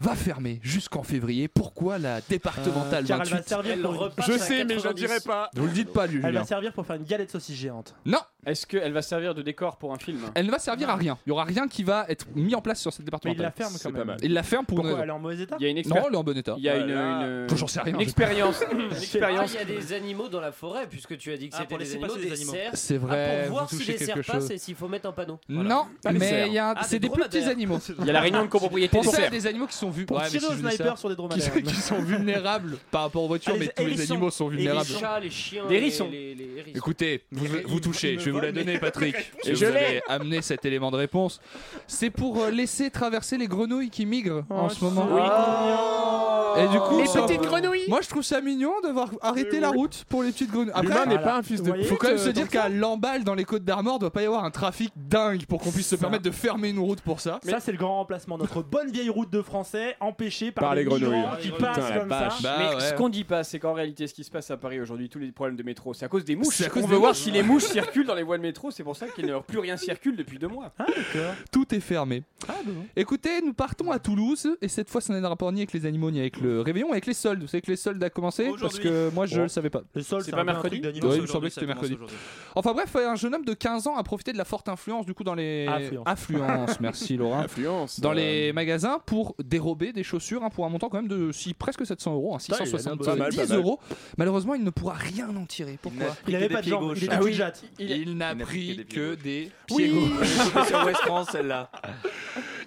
va fermer jusqu'en février. Pourquoi la départementale Euh, car elle va 28 servir Elle pour une- repasse Je sais, mais je dirai pas. Vous le dites pas, lui. Elle Julien. va servir pour faire une galette saucisse géante. Non Est-ce qu'elle va servir de décor pour un film Elle ne va servir à rien. Il y aura rien qui va être mis en place sur cette départementale. la ferme, quand C'est même. pas mal. Il la ferme pour Pourquoi une raison. elle est en mauvais état Il y a une Non, elle expérience. est en bon état. Il y a une, une- J'en sais rien, une j'ai pas- expérience. une Ah, expérience. il y a des animaux dans la forêt, puisque tu as dit que Ah, c'était pour des laisser animaux, passer des les animaux. cerfs. C'est vrai, Ah, vous pour voir si touchez les cerfs quelque passent chose. et s'il faut mettre un panneau. Non, Ah, les mais cerfs. il y a un- Ah, c'est des, des plus petits dromadaires. animaux. Il y a la réunion de copropriété des Pensez à cerfs. des animaux qui sont vus. Pour Ouais, mais tirer si au je vous dis sniper ça, sur des qui, dromadaires. qui sont vulnérables par rapport aux voitures, Ah, les- mais tous et les, les animaux sont sangs. Et les vulnérables. Les chats, les chiens, Des les- hérissons. les- les hérissons. Écoutez, vous, vous touchez, je vais vous la donner Patrick. Et Je vous l'ai. avez amené cet élément de réponse. Oh, C'est pour euh, laisser traverser les grenouilles qui migrent en ce moment. Oh, Et du coup, Les ça- petites grenouilles. Moi, je trouve ça mignon d'avoir arrêté la route pour les petites grenouilles. L'humain n'est pas un fils de Voilà. pute, Faut quand même se euh, dire tant que ça. qu'à Lamballe, dans les Côtes d'Armor, doit pas y avoir un trafic dingue pour qu'on puisse se permettre de fermer une route pour ça. Ça, c'est le grand remplacement. Notre bonne vieille route de français empêchée par, Par les migrants grenouilles. Ah, qui Putain, passent la comme vache. ça. Bah Mais ouais. ce qu'on dit pas, c'est qu'en réalité, ce qui se passe à Paris aujourd'hui, tous les problèmes de métro, c'est à cause des mouches. C'est à cause on des veut voir mouches. si les mouches circulent dans les voies de métro, c'est pour ça qu'il ne plus rien circule depuis deux mois. Ah, Tout est fermé. Ah, bah Écoutez, nous partons à Toulouse et cette fois, ça n'a de rapport ni avec les animaux ni avec le réveillon, avec les soldes. Vous savez que les soldes a commencé parce que moi, je Oh. le savais pas. Les soldes, C'est c'est pas un peu un mercredi truc d'animaux. Ouais, C'est il me semblait aujourd'hui, que c'était ça commence mercredi. aujourd'hui. Enfin bref, un jeune homme de 15 ans a profité de la forte influence du coup dans les Affluence. Affluence, merci Laurent. Affluence. Dans euh, les magasins pour dérober des chaussures hein, pour un montant quand même de si, presque 700 euros, hein, Putain, il a l'air pas mal, 670 pas mal. euros. Malheureusement, il ne pourra rien en tirer. Pourquoi n'a pris Il avait que pas des de pieds jambes, gauches. il était Ah tout oui, jatte. Il, il n'a pris que des pieds Oui. gauches. C'était sur West France, celle-là.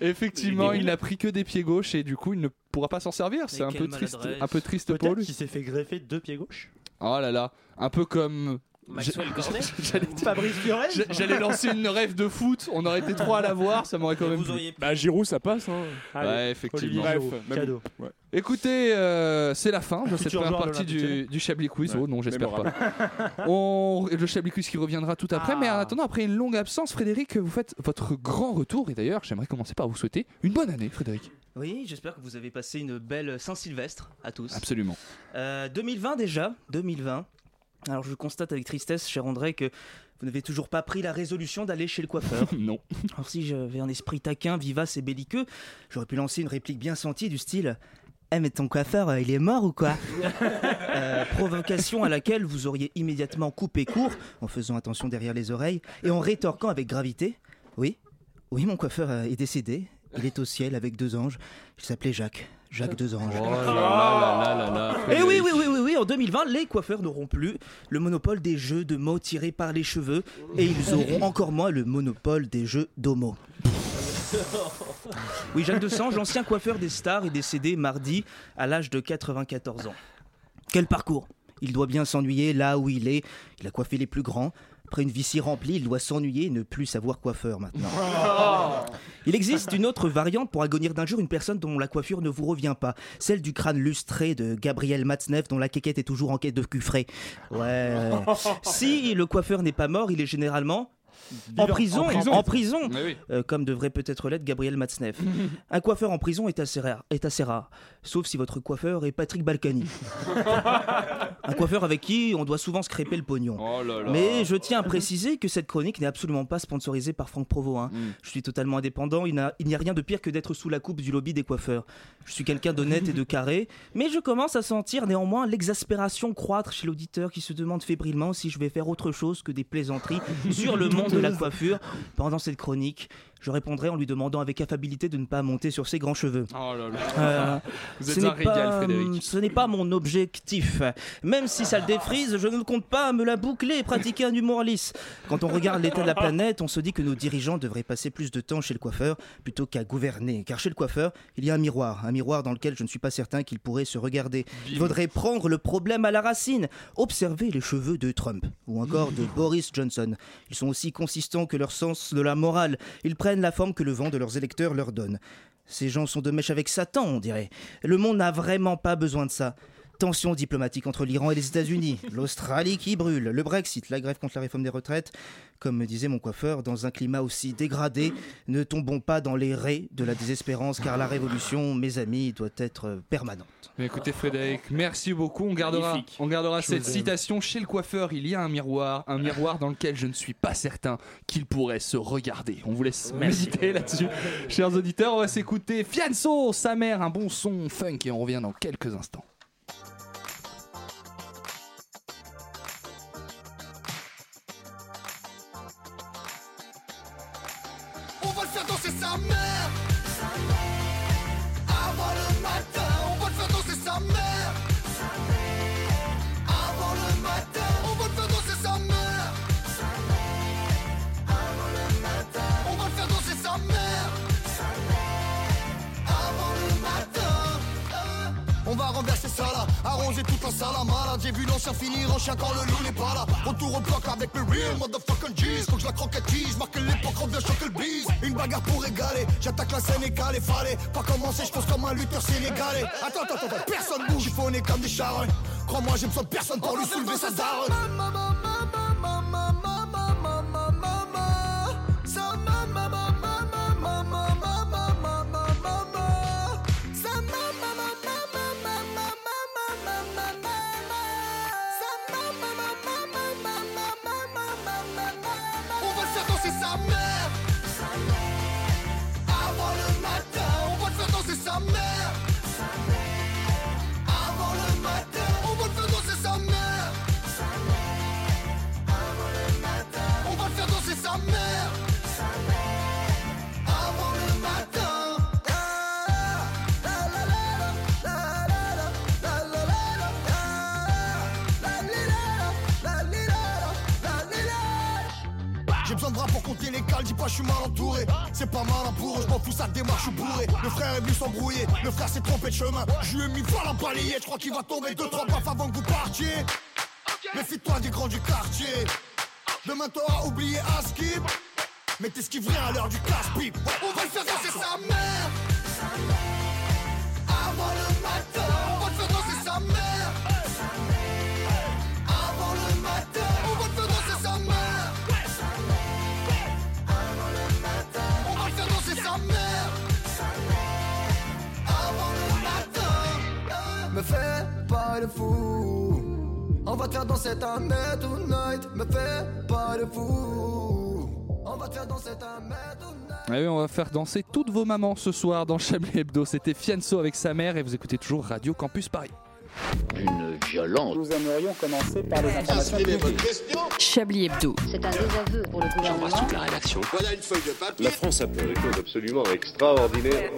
Effectivement, Il est il débile. n'a pris que des pieds gauches et du coup, il ne pourra pas s'en servir. C'est un quelle peu triste, maladresse. un peu triste pour Peut-être lui. qu'il s'est fait greffer deux pieds gauche. Oh là là, un peu comme. Maxwell J'a- Cornet J'allais Fabrice Burel J'a- J'allais lancer une rêve de foot, on aurait été trois à la voir, ça m'aurait quand même. plu. Bah, Giroud, ça passe. Hein. ouais, effectivement. Olivier Giroud, Bref, cadeau. même- Écoutez, euh, c'est la fin de Futur cette première joueur de partie l'Olympique du, Lyonnais. du Chablis Quiz. Ouais, Oh non, j'espère mémorable. pas. On... Le Chablis Quiz qui reviendra tout après. Mais en attendant, après une longue absence, Frédéric, vous faites votre grand retour. Et d'ailleurs, j'aimerais commencer par vous souhaiter une bonne année, Frédéric. Oui, j'espère que vous avez passé une belle Saint-Sylvestre à tous. Absolument. Euh, 2020 déjà, 2020. Alors je constate avec tristesse, cher André, que vous n'avez toujours pas pris la résolution d'aller chez le coiffeur. non. Alors si j'avais un esprit taquin, vivace et belliqueux, j'aurais pu lancer une réplique bien sentie du style Eh mais ton coiffeur, euh, il est mort ou quoi Euh, Provocation à laquelle vous auriez immédiatement coupé court en faisant attention derrière les oreilles et en rétorquant avec gravité Oui, oui, mon coiffeur euh, est décédé. Il est au ciel avec deux anges. Il s'appelait Jacques. Jacques deux anges. Oh Et oui, oui, oui, oui, oui, en 2020, les coiffeurs n'auront plus le monopole des jeux de mots tirés par les cheveux et ils auront encore moins le monopole des jeux d'homo. Oui, Jacques Dessange, l'ancien coiffeur des stars, est décédé mardi à l'âge de 94 ans. Quel parcours Il doit bien s'ennuyer là où il est. Il a coiffé les plus grands. Après une vie si remplie, il doit s'ennuyer et ne plus savoir coiffeur maintenant. Il existe une autre variante pour agonir d'un jour une personne dont la coiffure ne vous revient pas. Celle du crâne lustré de Gabriel Matzneff dont la quéquette est toujours en quête de cul frais. Ouais. si le coiffeur n'est pas mort, il est généralement en Vivant. prison, En en prison. prison, Mais oui. Euh, comme devrait peut-être l'être Gabriel Matzneff. Un coiffeur en prison est assez rare, est assez rare, sauf si votre coiffeur est Patrick Balkany. Un coiffeur avec qui on doit souvent scraper le pognon. Oh là. Mais je tiens à préciser que cette chronique n'est absolument pas sponsorisée par Franck Provo. Mm. hein. Je suis totalement indépendant, il n'a- il n'y a rien de pire que d'être sous la coupe du lobby des coiffeurs. Je suis quelqu'un d'honnête et de carré, mais je commence à sentir néanmoins l'exaspération croître chez l'auditeur qui se demande fébrilement si je vais faire autre chose que des plaisanteries sur le monde de la coiffure. Pendant cette chronique, je répondrai en lui demandant avec affabilité de ne pas monter sur ses grands cheveux. Oh là là. Euh, Vous ce êtes n'est un régal, pas, Frédéric. Hum, Ce n'est pas mon objectif. Même si ça le défrise, je ne compte pas me la boucler et pratiquer un humour lisse. Quand on regarde l'état de la planète, on se dit que nos dirigeants devraient passer plus de temps chez le coiffeur plutôt qu'à gouverner. Car chez le coiffeur, il y a un miroir. Un miroir dans lequel je ne suis pas certain qu'il pourrait se regarder. Il faudrait prendre le problème à la racine. Observer les cheveux de Trump ou encore de Boris Johnson. Ils sont aussi consistants que leur sens de la morale. Ils prennent la forme que le vent de leurs électeurs leur donne. Ces gens sont de mèche avec Satan, on dirait. Le monde n'a vraiment pas besoin de ça. Tensions diplomatiques entre l'Iran et les États-Unis, l'Australie qui brûle, le Brexit, la grève contre la réforme des retraites. Comme me disait mon coiffeur, dans un climat aussi dégradé, ne tombons pas dans les raies de la désespérance, car la révolution, mes amis, doit être permanente. Mais écoutez Frédéric, merci beaucoup. On gardera, Magnifique. on gardera Je cette vous aime. citation chez le coiffeur. Il y a un miroir, un miroir dans lequel je ne suis pas certain qu'il pourrait se regarder. On vous laisse Merci. méditer là-dessus, chers auditeurs. On va s'écouter Fianso, sa mère, un bon son funk et on revient dans quelques instants. On va le faire danser sa mère Avant le matin On va le faire danser sa mère Avant le matin On va le faire danser sa mère Avant le matin On va le faire danser sa mère Avant le matin on va renverser ça là, arranger tuer toute la salle à malade. J'ai vu l'ancien finir en chien quand le loup n'est pas là. Retour au bloc avec le real motherfucking G's. Faut que je la croquettise, marque l'époque, on vient choquer le bise. Une bagarre pour égaler, j'attaque la scène égale et fallait pas commencer, je pense comme un lutteur sénégalais. Attends, attends, attends, attends, personne bouge, il faut on est comme des charognes. Crois-moi, j'ai besoin de personne pour lui soulever sa daronne. On va le faire danser sa mère Avant le matin On va le faire danser sa mère Avant le matin On va le faire danser sa mère Avant le matin On va le faire danser sa mère Avant le matin La la la la la la la la la la la la la la la la j'ai besoin de bras pour compter les cales, dis pas je suis mal entouré C'est pas mal un bourreau, je m'en fous, ça démarche ou bourré Le frère est venu s'embrouiller, le frère s'est trompé de chemin Je lui ai mis voilà la balayée, je crois qu'il va tomber deux trois baffes avant que vous partiez Méfie-toi des grands du quartier Demain t'auras oublié à skip Mais t'esquiverais à l'heure du casse-pipe On va le faire danser sa mère Avant le matin, on va le faire danser sa mère Avant le matin, on va le faire danser sa mère avant le matin, on va le faire danser sa mère. Avant le matin, Me fais pas le fou. On va te faire danser ta mère tonight. Me fais pas le fou. On va te faire danser ta mère tonight. Ah oui, on va faire danser toutes vos mamans ce soir dans Chablis Hebdo. C'était Fianso avec sa mère et vous écoutez toujours Radio Campus Paris. Une violence. Nous aimerions commencer par les informations publiques. Chablis Hebdo. C'est un désaveu pour le gouvernement. J'embrasse toute la rédaction. Voilà une feuille de papier. La France a fait des choses absolument extraordinaires.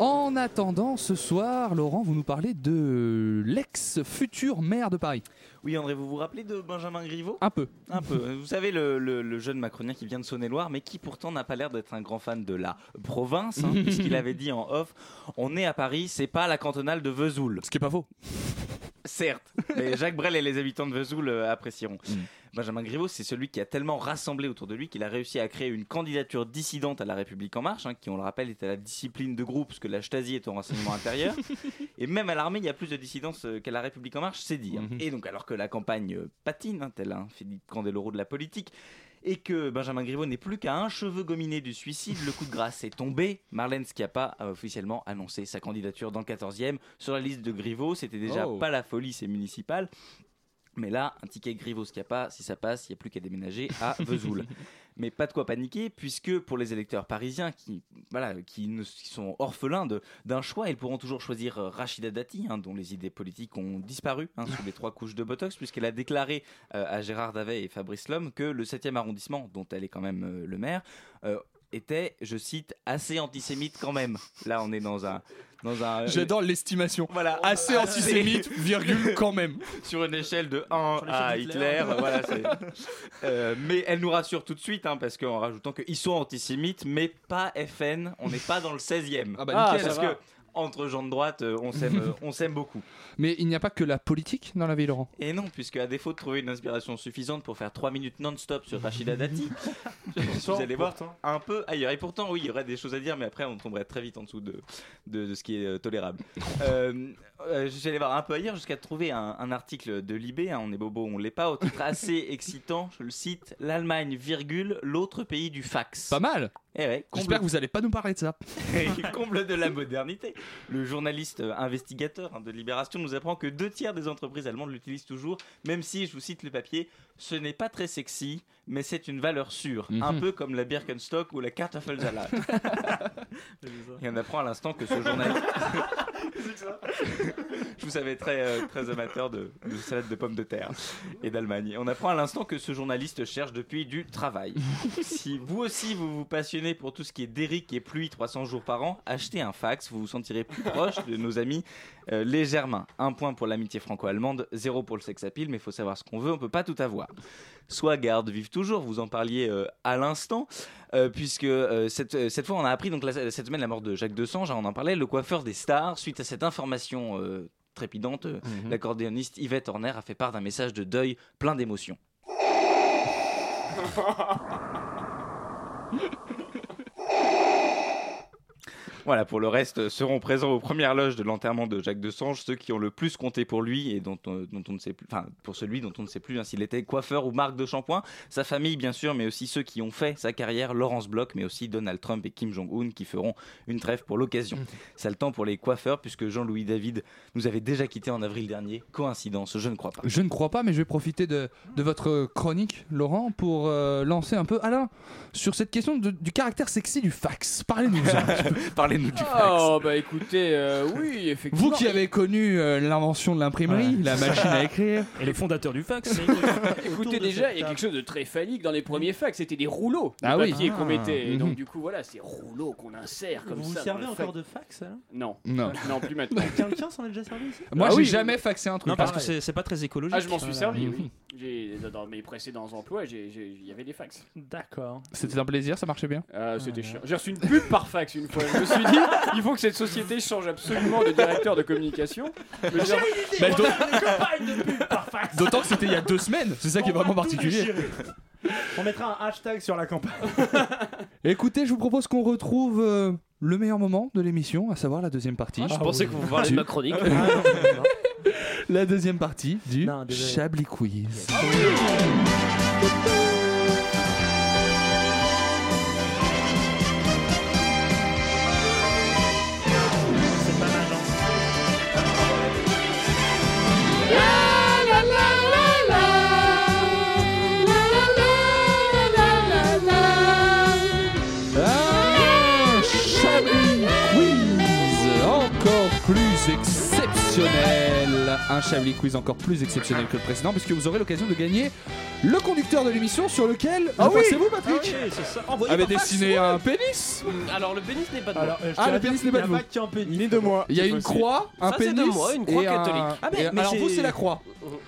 En attendant, ce soir, Laurent, vous nous parlez de l'ex-futur maire de Paris. Oui, André, vous vous rappelez de Benjamin Griveaux Un peu. Un peu. Vous savez, le, le- le jeune macronien qui vient de Saône-et-Loire, mais qui pourtant n'a pas l'air d'être un grand fan de la province, hein, puisqu'il avait dit en off on est à Paris, c'est pas la cantonale de Vesoul. Ce qui est pas faux. Certes, mais Jacques Brel et les habitants de Vesoul euh, apprécieront. Benjamin Griveaux, c'est celui qui a tellement rassemblé autour de lui qu'il a réussi à créer une candidature dissidente à La République En Marche, hein, qui, on le rappelle, est à la discipline de groupe, puisque la Stasi est au renseignement intérieur. Et même à l'armée, il y a plus de dissidence euh, qu'à La République En Marche, c'est dire. Et donc, alors que la campagne euh, patine, hein, tel un Philippe Candeloro de la politique, et que Benjamin Griveaux n'est plus qu'à un cheveu gominé du suicide, le coup de grâce est tombé. Marlène Schiappa a officiellement annoncé sa candidature dans le 14e. Sur la liste de Griveaux, c'était déjà Oh. pas la folie, c'est municipal. Mais là, un ticket Griveaux Scappa, si ça passe, il n'y a plus qu'à déménager à Vesoul. Mais pas de quoi paniquer, puisque pour les électeurs parisiens qui, voilà, qui, ne- qui sont orphelins de- d'un choix, ils pourront toujours choisir euh, Rachida Dati, hein, dont les idées politiques ont disparu hein, sous les trois couches de Botox, puisqu'elle a déclaré euh, à Gérard Davet et Fabrice Lhomme que le 7e arrondissement, dont elle est quand même euh, le maire, euh, était, je cite, assez antisémite quand même. Là, on est dans un... Dans un euh, J'adore l'estimation. Voilà. Ah, Assez antisémite, virgule, quand même. Ah, Sur une échelle de 1 à d'Hitler. Hitler, voilà, c'est- Euh, mais elle nous rassure tout de suite, hein, parce qu'en rajoutant qu'ils sont antisémites, mais pas FN, on n'est pas dans le 16e. bah Ah, nickel. parce ça va. que entre gens de droite, euh, on s'aime, euh, on s'aime beaucoup. Mais il n'y a pas que la politique dans la vie, Laurent. Et non, puisque à défaut de trouver une inspiration suffisante pour faire 3 minutes non-stop sur Rachida Dati, vous allez voir un peu ailleurs. Et pourtant, oui, il y aurait des choses à dire, mais après, on tomberait très vite en dessous de, de, de ce qui est euh, tolérable. Euh, euh, je suis allé voir un peu ailleurs jusqu'à trouver un, un article de Libé, hein, on est bobo, on l'est pas, au titre assez excitant, je le cite, l'Allemagne, virgule, l'autre pays du fax. Pas mal Eh ouais, J'espère que vous n'allez pas nous parler de ça. comble de la modernité. Le journaliste euh, investigateur hein, de Libération nous apprend que deux tiers des entreprises allemandes l'utilisent toujours, même si, je vous cite le papier, ce n'est pas très sexy, mais c'est une valeur sûre, Mhm. un peu comme la Birkenstock ou la Kartoffelsalat. Et on apprend à l'instant que ce journaliste. Je vous savais très, euh, très amateur de, de salade de pommes de terre et d'Allemagne. Et On apprend à l'instant que ce journaliste cherche depuis du travail. si vous aussi vous vous passionnez pour tout ce qui est d'Eric et pluie 300 jours par an, achetez un fax, vous vous sentirez plus proche de nos amis euh, les Germains. Un point pour l'amitié franco-allemande, zéro pour le sex appeal, mais il faut savoir ce qu'on veut, on peut pas tout avoir. Soit garde, vive toujours, vous en parliez euh, à l'instant, euh, puisque euh, cette, euh, cette fois on a appris donc la- cette semaine la mort de Jacques Dessange, hein, on en parlait, le coiffeur des stars, suite à cette information. euh, trépidante, euh, l'accordéoniste Yvette Horner a fait part d'un message de deuil plein d'émotions. Voilà, pour le reste, euh, seront présents aux premières loges de l'enterrement de Jacques Desange ceux qui ont le plus compté pour lui et dont, on- dont on ne sait plus, enfin, pour celui dont on ne sait plus hein, s'il était coiffeur ou marque de shampoing, sa famille bien sûr, mais aussi ceux qui ont fait sa carrière, Laurence Bloch, mais aussi Donald Trump et Kim Jong-un qui feront une trêve pour l'occasion. Ça le temps pour les coiffeurs puisque Jean-Louis David nous avait déjà quitté en avril dernier. Coïncidence, je ne crois pas. Je ne crois pas, mais je vais profiter de, de votre chronique, Laurent, pour euh, lancer un peu Alain sur cette question de- du caractère sexy du fax. Parlez-nous. Parlez-nous du Oh, bah écoutez, euh, oui, effectivement. Vous qui avez connu euh, l'invention de l'imprimerie, la machine à écrire. Et le fondateur du fax. Écoutez, déjà, il y a quelque chose de très phallique dans les premiers facs. C'était des rouleaux de Ah oui. papier qu'on Ah. mettait. Et Mhm. donc, du coup, voilà, ces rouleaux qu'on insère comme Vous vous ça. servez encore de fax là Non. Non. Non, plus maintenant. Quelqu'un s'en a déjà servi ici Moi, Ah j'ai oui, jamais oui. faxé un truc. Non, parce que c'est- c'est pas très écologique. Ah, je m'en suis Voilà. servi, Mhm. oui. J'ai- Dans mes précédents emplois, j'ai- j'ai- il y avait des fax. D'accord. C'était un plaisir, ça marchait bien. Euh, c'était chiant. J'ai reçu une pub par fax une fois. Je me suis dit, il faut que cette société change absolument de directeur de communication. Mais J'ai j'ai- une idée, Mais on donc- a une D'autant que c'était il y a deux semaines, c'est ça qui est vraiment particulier. On mettra un hashtag sur la campagne. Écoutez, je vous propose qu'on retrouve euh, le meilleur moment de l'émission, à savoir la deuxième partie. Ah, je pensais que vous parliez Du- de ma chronique. Ah la deuxième partie du désolé. Chablis Quiz. Ah, Un Chablis Quiz encore plus exceptionnel. Un Chablis Quiz encore plus exceptionnel que le précédent, puisque vous aurez l'occasion de gagner le conducteur de l'émission sur lequel, je crois que Ah c'est vous, Patrick, avez dessiné un pénis. Alors le pénis n'est pas de moi. Ah, le pénis n'est pas de vous. Ni de moi. Il y a une croix, un Ça, c'est pénis. de moi, une croix et un- catholique. Ah, mais- et- mais alors vous, c'est- c'est la croix.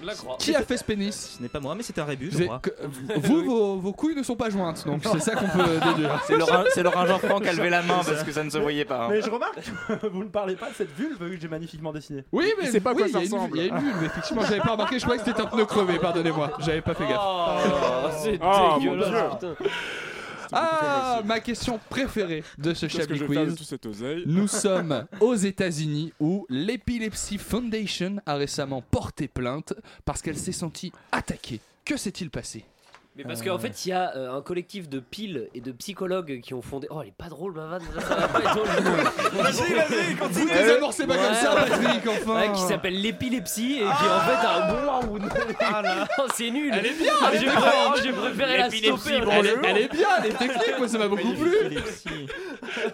La croix. Qui a fait ce pénis Ce n'est pas moi, mais c'est un rébus, Vous, je êtes- crois. que- vous, vos, vos couilles ne sont pas jointes, donc c'est ça qu'on peut déduire. C'est Laurent- c'est Laurent Jean-Franc qui a levé la main Ah, parce que ça ne se voyait pas. hein. Mais je remarque que vous ne parlez pas de cette vulve que j'ai magnifiquement dessinée. Oui, mais oui, il y a une- Il y a une vulve, effectivement, j'avais pas remarqué, je croyais que c'était un pneu crevé, pardonnez-moi, j'avais pas fait gaffe. c'est Oh, dégueulasse. mon Dieu. Ah, ma question préférée de ce Qu'est-ce que Chablis je vais faire de tout Quiz. cet oseille Nous sommes aux États-Unis où l'Epilepsy Foundation a récemment porté plainte parce qu'elle s'est sentie attaquée. Que s'est-il passé Mais parce qu'en fait, il y a euh, un collectif de piles et de psychologues qui ont fondé. Oh, elle est pas drôle, ma vanne. ça va pas être drôle. Vas-y, vas-y, continue. Vous désamorcez pas comme ça, Patrick, enfin. Ouais, qui s'appelle l'épilepsie et qui en fait a un bon round. Oh, C'est nul. Elle est bien, Ah, elle est J'ai bien. préféré, oh, j'ai préféré la L'épilepsie, stopper. bonjour. Elle est- elle est bien, elle est technique, Ah, moi, ça m'a beaucoup plu.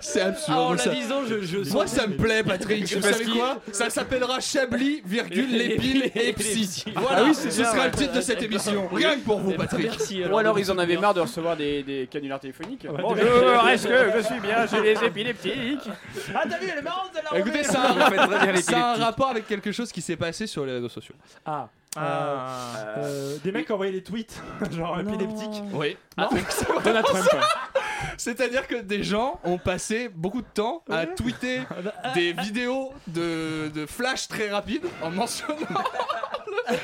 C'est absurde. Ah, en moi, la ça- disant, je- je- Moi, ça me plaît, Patrick. C'est Vous parce savez qu'il- quoi Ça s'appellera Chablis, virgule, l'épile et psy. Ah Voilà, oui, ce c'est bien, sera ouais. le titre de cette émission. Rien que pour vous, Patrick. Ou alors ils en avaient marre de recevoir des, des canulars téléphoniques. Ouais, Bonjour, des- est-ce que je suis bien J'ai les épileptiques. Ah, t'as vu, elle est marrante celle-là Écoutez, Roméo. ça a, ça a un rapport avec quelque chose qui s'est passé sur les réseaux sociaux. Ah. Euh, euh, des mecs qui envoyaient des tweets, genre épileptiques. Oui. Ah, Non Donald C'est-à-dire que des gens ont passé beaucoup de temps à tweeter des vidéos de, de flash très rapides en mentionnant le,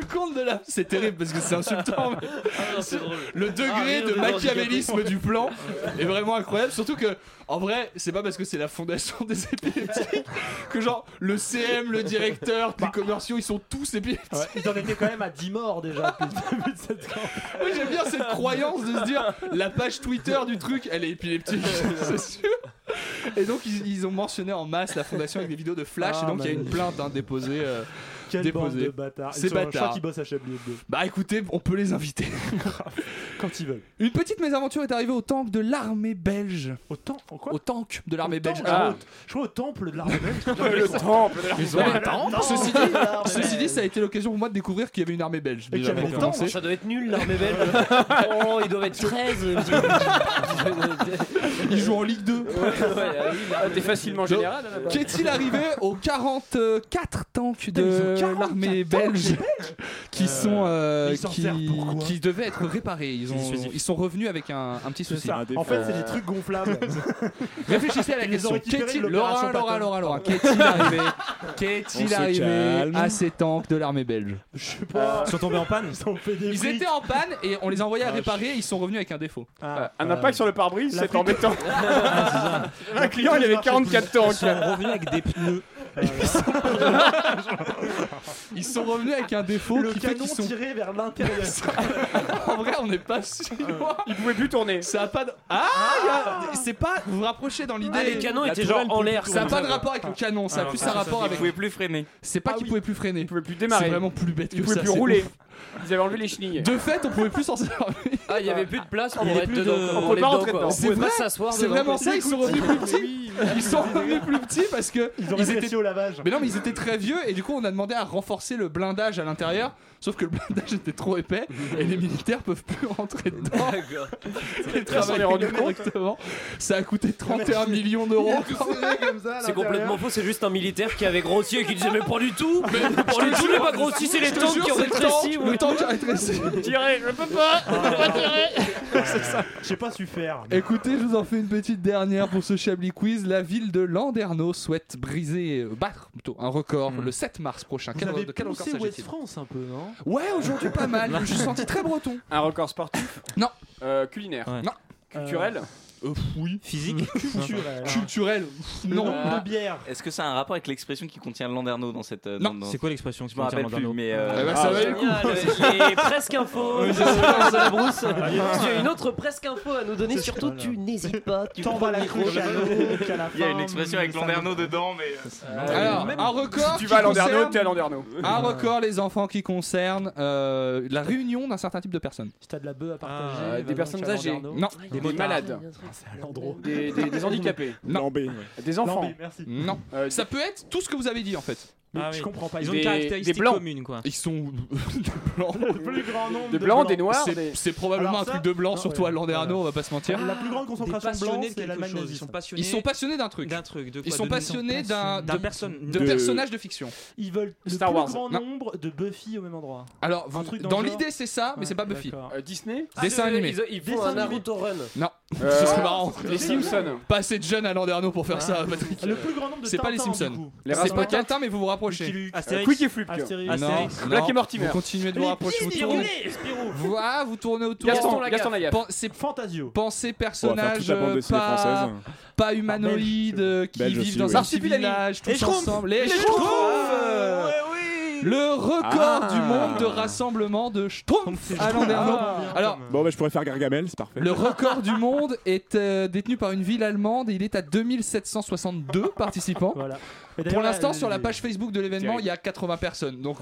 le compte de la. C'est terrible parce que c'est insultant. mais Le degré Ah, de rire de machiavélisme handicapé. du plan est vraiment incroyable. Surtout que, en vrai, c'est pas parce que c'est la fondation des épileptiques que, genre, le CM, le directeur, tous les commerciaux, ils sont tous épileptiques. Bah. Ouais, ils en étaient quand même à 10 morts déjà depuis le début de cette campagne. Moi j'aime bien cette croyance de se dire la page Twitter du truc elle est épileptique, c'est sûr. Et donc ils, ils ont mentionné en masse la fondation avec des vidéos de Flash Ah, et donc il y a une magnifique. plainte hein, déposée. euh, Quelle bande déposée. de bâtards. Ils C'est sont- je crois bâtard. qu'ils bossent à Chablis Hebdo. Bah écoutez, on peut les inviter. Quand ils veulent. Une petite mésaventure est arrivée au tank de l'armée belge. Au tank Au tank de l'armée belge. Temple, Ah. je crois au- Je crois au temple de l'armée belge. Le temple de l'armée Ils ont un belge. temple. Ceci dit, ceci dit, ça a été l'occasion pour moi de découvrir qu'il y avait une armée belge. Et déjà, qu'il y avait pour des commencer. tanks, ça doit être nul l'armée belge. Oh, ils doivent être 13. Ils jouent en Ligue 2. T'es facilement Ah, général. là-bas. Qu'est-il arrivé aux 44 tanks de l'armée belge qui sont euh, ils s'en qui, servent pour quoi qui devaient être réparés. Ils, ont- Ils sont- ils sont revenus avec un, un petit C'est souci. Euh, ça. En fait, c'est des trucs gonflables. Réfléchissez à la Ils les question. ont récupérés de Qu'est-il, l'opération Laura, Laura, Laura, Patton. Laura, qu'est-il arrivé, qu'est-il On se arrivé calme. à ces tanks de l'armée belge pas. Euh. Ils sont tombés en panne. Ils, frites. étaient en panne et on les a envoyés à Ah, réparer. et Ils sont revenus avec un défaut. Un impact Euh, sur le pare-brise, c'est embêtant. Ah, La Un client, il avait friteuse 44 marchait tanks. plus. Ils sont revenus avec des pneus. Ils sont revenus avec un défaut Le qui fait canon qu'ils sont. tiré vers l'intérieur. En vrai, on n'est pas si loin. Ils pouvaient plus tourner. Ça a pas. De... Ah, il y a- c'est pas. Vous vous rapprochez dans l'idée. Ah, les canons La étaient tourelle genre en pouvait l'air, plus tourner. Ça comme ça, n'a pas de quoi. rapport avec le canon. Ça a Ah, plus non, un ça, rapport ils avec. pouvaient plus freiner. C'est pas qu'ils pouvaient plus freiner. Ils pouvaient plus démarrer. C'est vraiment plus bête que Ils pouvaient ça. plus c'est rouler. ouf. Ils avaient enlevé les chenilles. De fait, on pouvait plus s'en servir. Ah, il y avait plus de place pour Il y avait être plus dedans. de- quoi, on pour peut les pas dents, rentrer quoi. dedans. On C'est pouvait vrai, pas s'asseoir c'est dedans, vraiment quoi. ça, ils sont revenus plus petits. Ils sont revenus plus petits parce que Ils ont réfléchi au lavage. Mais non, mais ils étaient très vieux et du coup on a demandé à renforcer le blindage à l'intérieur. Sauf que le blindage était trop épais et les militaires peuvent plus rentrer dedans. Et travailler correctement. Ça a coûté Ah, 31 millions d'euros. C'est complètement faux, c'est juste un militaire qui avait grossi et qui disait mais pas du tout Mais Je pas te du tout, jure, il n'a pas grossi, c'est les je te tanks jure, qui ont c'est le rétréci tank, Le temps qui a rétréci. Tirez, je peux pas, je peux pas tirer. J'ai pas su faire. Écoutez, je vous en fais une petite dernière pour ce Chablis Quiz. La ville de Landerneau souhaite briser, euh, battre plutôt un record Hmm. le 7 mars prochain. Vous Quel, avez re- de quel record poussé West s'agit-il France un peu, non Ouais, aujourd'hui pas mal. Je me suis senti très breton. Un record sportif Non. Euh, culinaire Non. Euh, Culturel Oui. Physique Culturel. Culturel Non. De bière. Est-ce que ça a un rapport avec l'expression qui contient Landerneau dans cette. euh, Non. dans- dans- C'est quoi l'expression qui Je me rappelle contient plus, Landerneau mais. euh, Ah, Eh ben, ça valait le coup. Il est presque info Oui, de c'est ça. la brousse. Ah, bien. Tu as une autre presque info à nous donner, surtout tu n'hésites pas, tu T'en prends vas le la micro. cruche à l'eau, qu'à la Il y a fin, une expression avec ça Landerneau dedans, mais. euh, Alors, un record. Si tu vas à qui Landerneau, concerne- t'es à Landerneau. Un record, les enfants, qui concerne euh, la réunion d'un certain type de personnes. Si t'as de la bœuf à partager. Euh, va des donc personnes à âgées. Landerneau. Non. Des, malades. Ah, Des, des- des handicapés. Non. Euh, Des enfants. Lambé, merci. Non. Ça peut être tout ce que vous avez dit en fait. Mais je comprends pas. Ils ont Des- une caractéristique des blancs. commune, quoi. Ils sont des blancs. Le plus grand nombre. Des de blancs, des noirs, C'est des- c'est probablement Alors un ça- truc de blanc, Ah surtout à Landerneau, on va pas se mentir. La plus grande concentration de blancs, passionnés de c'est la quelque chose, naziste. ils sont passionnés. Ils sont passionnés d'un truc. D'un truc, de quoi Ils sont De- passionnés d'un d'un de- personne- de de- personnages de fiction. Ils veulent le Star plus Wars. grand Non. nombre de Buffy au même endroit. Alors, Un vous- truc dans dans le l'idée genre. c'est ça, mais Ouais, c'est pas Buffy. d'accord. Euh, Disney Ah, Dessin animé. Ils, ils font Dessin un animé. Naruto Run. Non, Euh, ce serait marrant. Les Simpsons. Pas assez de jeunes à Landerneau pour faire Ah. ça, Patrick. Le plus grand nombre de C'est pas les Tintins, Simpsons. du coup. Les C'est Rasputin. pas Tintin, mais vous vous rapprochez. Lucky Luke. Astérix. Quick et Flip. Astérix. Non, Black non, et Mortimer. Vous continuez de vous Les rapprocher. Vous petits tournez. Spirou. Spirou. Voilà, vous tournez autour. Gaston Lagaffe. Gaston Lagaffe. Pen- C'est Fantasio. pensée faire personnage toute la bande dessinée pas, française. Ah, pas humanoïde euh, qui Belge vivent aussi, oui. dans un petit Marsupilami. village Les tous Schtroumpfs. ensemble. Les Schtroumpfs. Schtroumpfs. Le record Ah. du monde de rassemblement de Schtroumpfs à Landerneau. Ah. Alors, Bon, bah je pourrais faire Gargamel, c'est parfait. le record du monde est euh, détenu par une ville allemande et il est à 2762 participants. Voilà. Pour l'instant, sur la page Facebook de l'événement, il y a 80 personnes. Donc,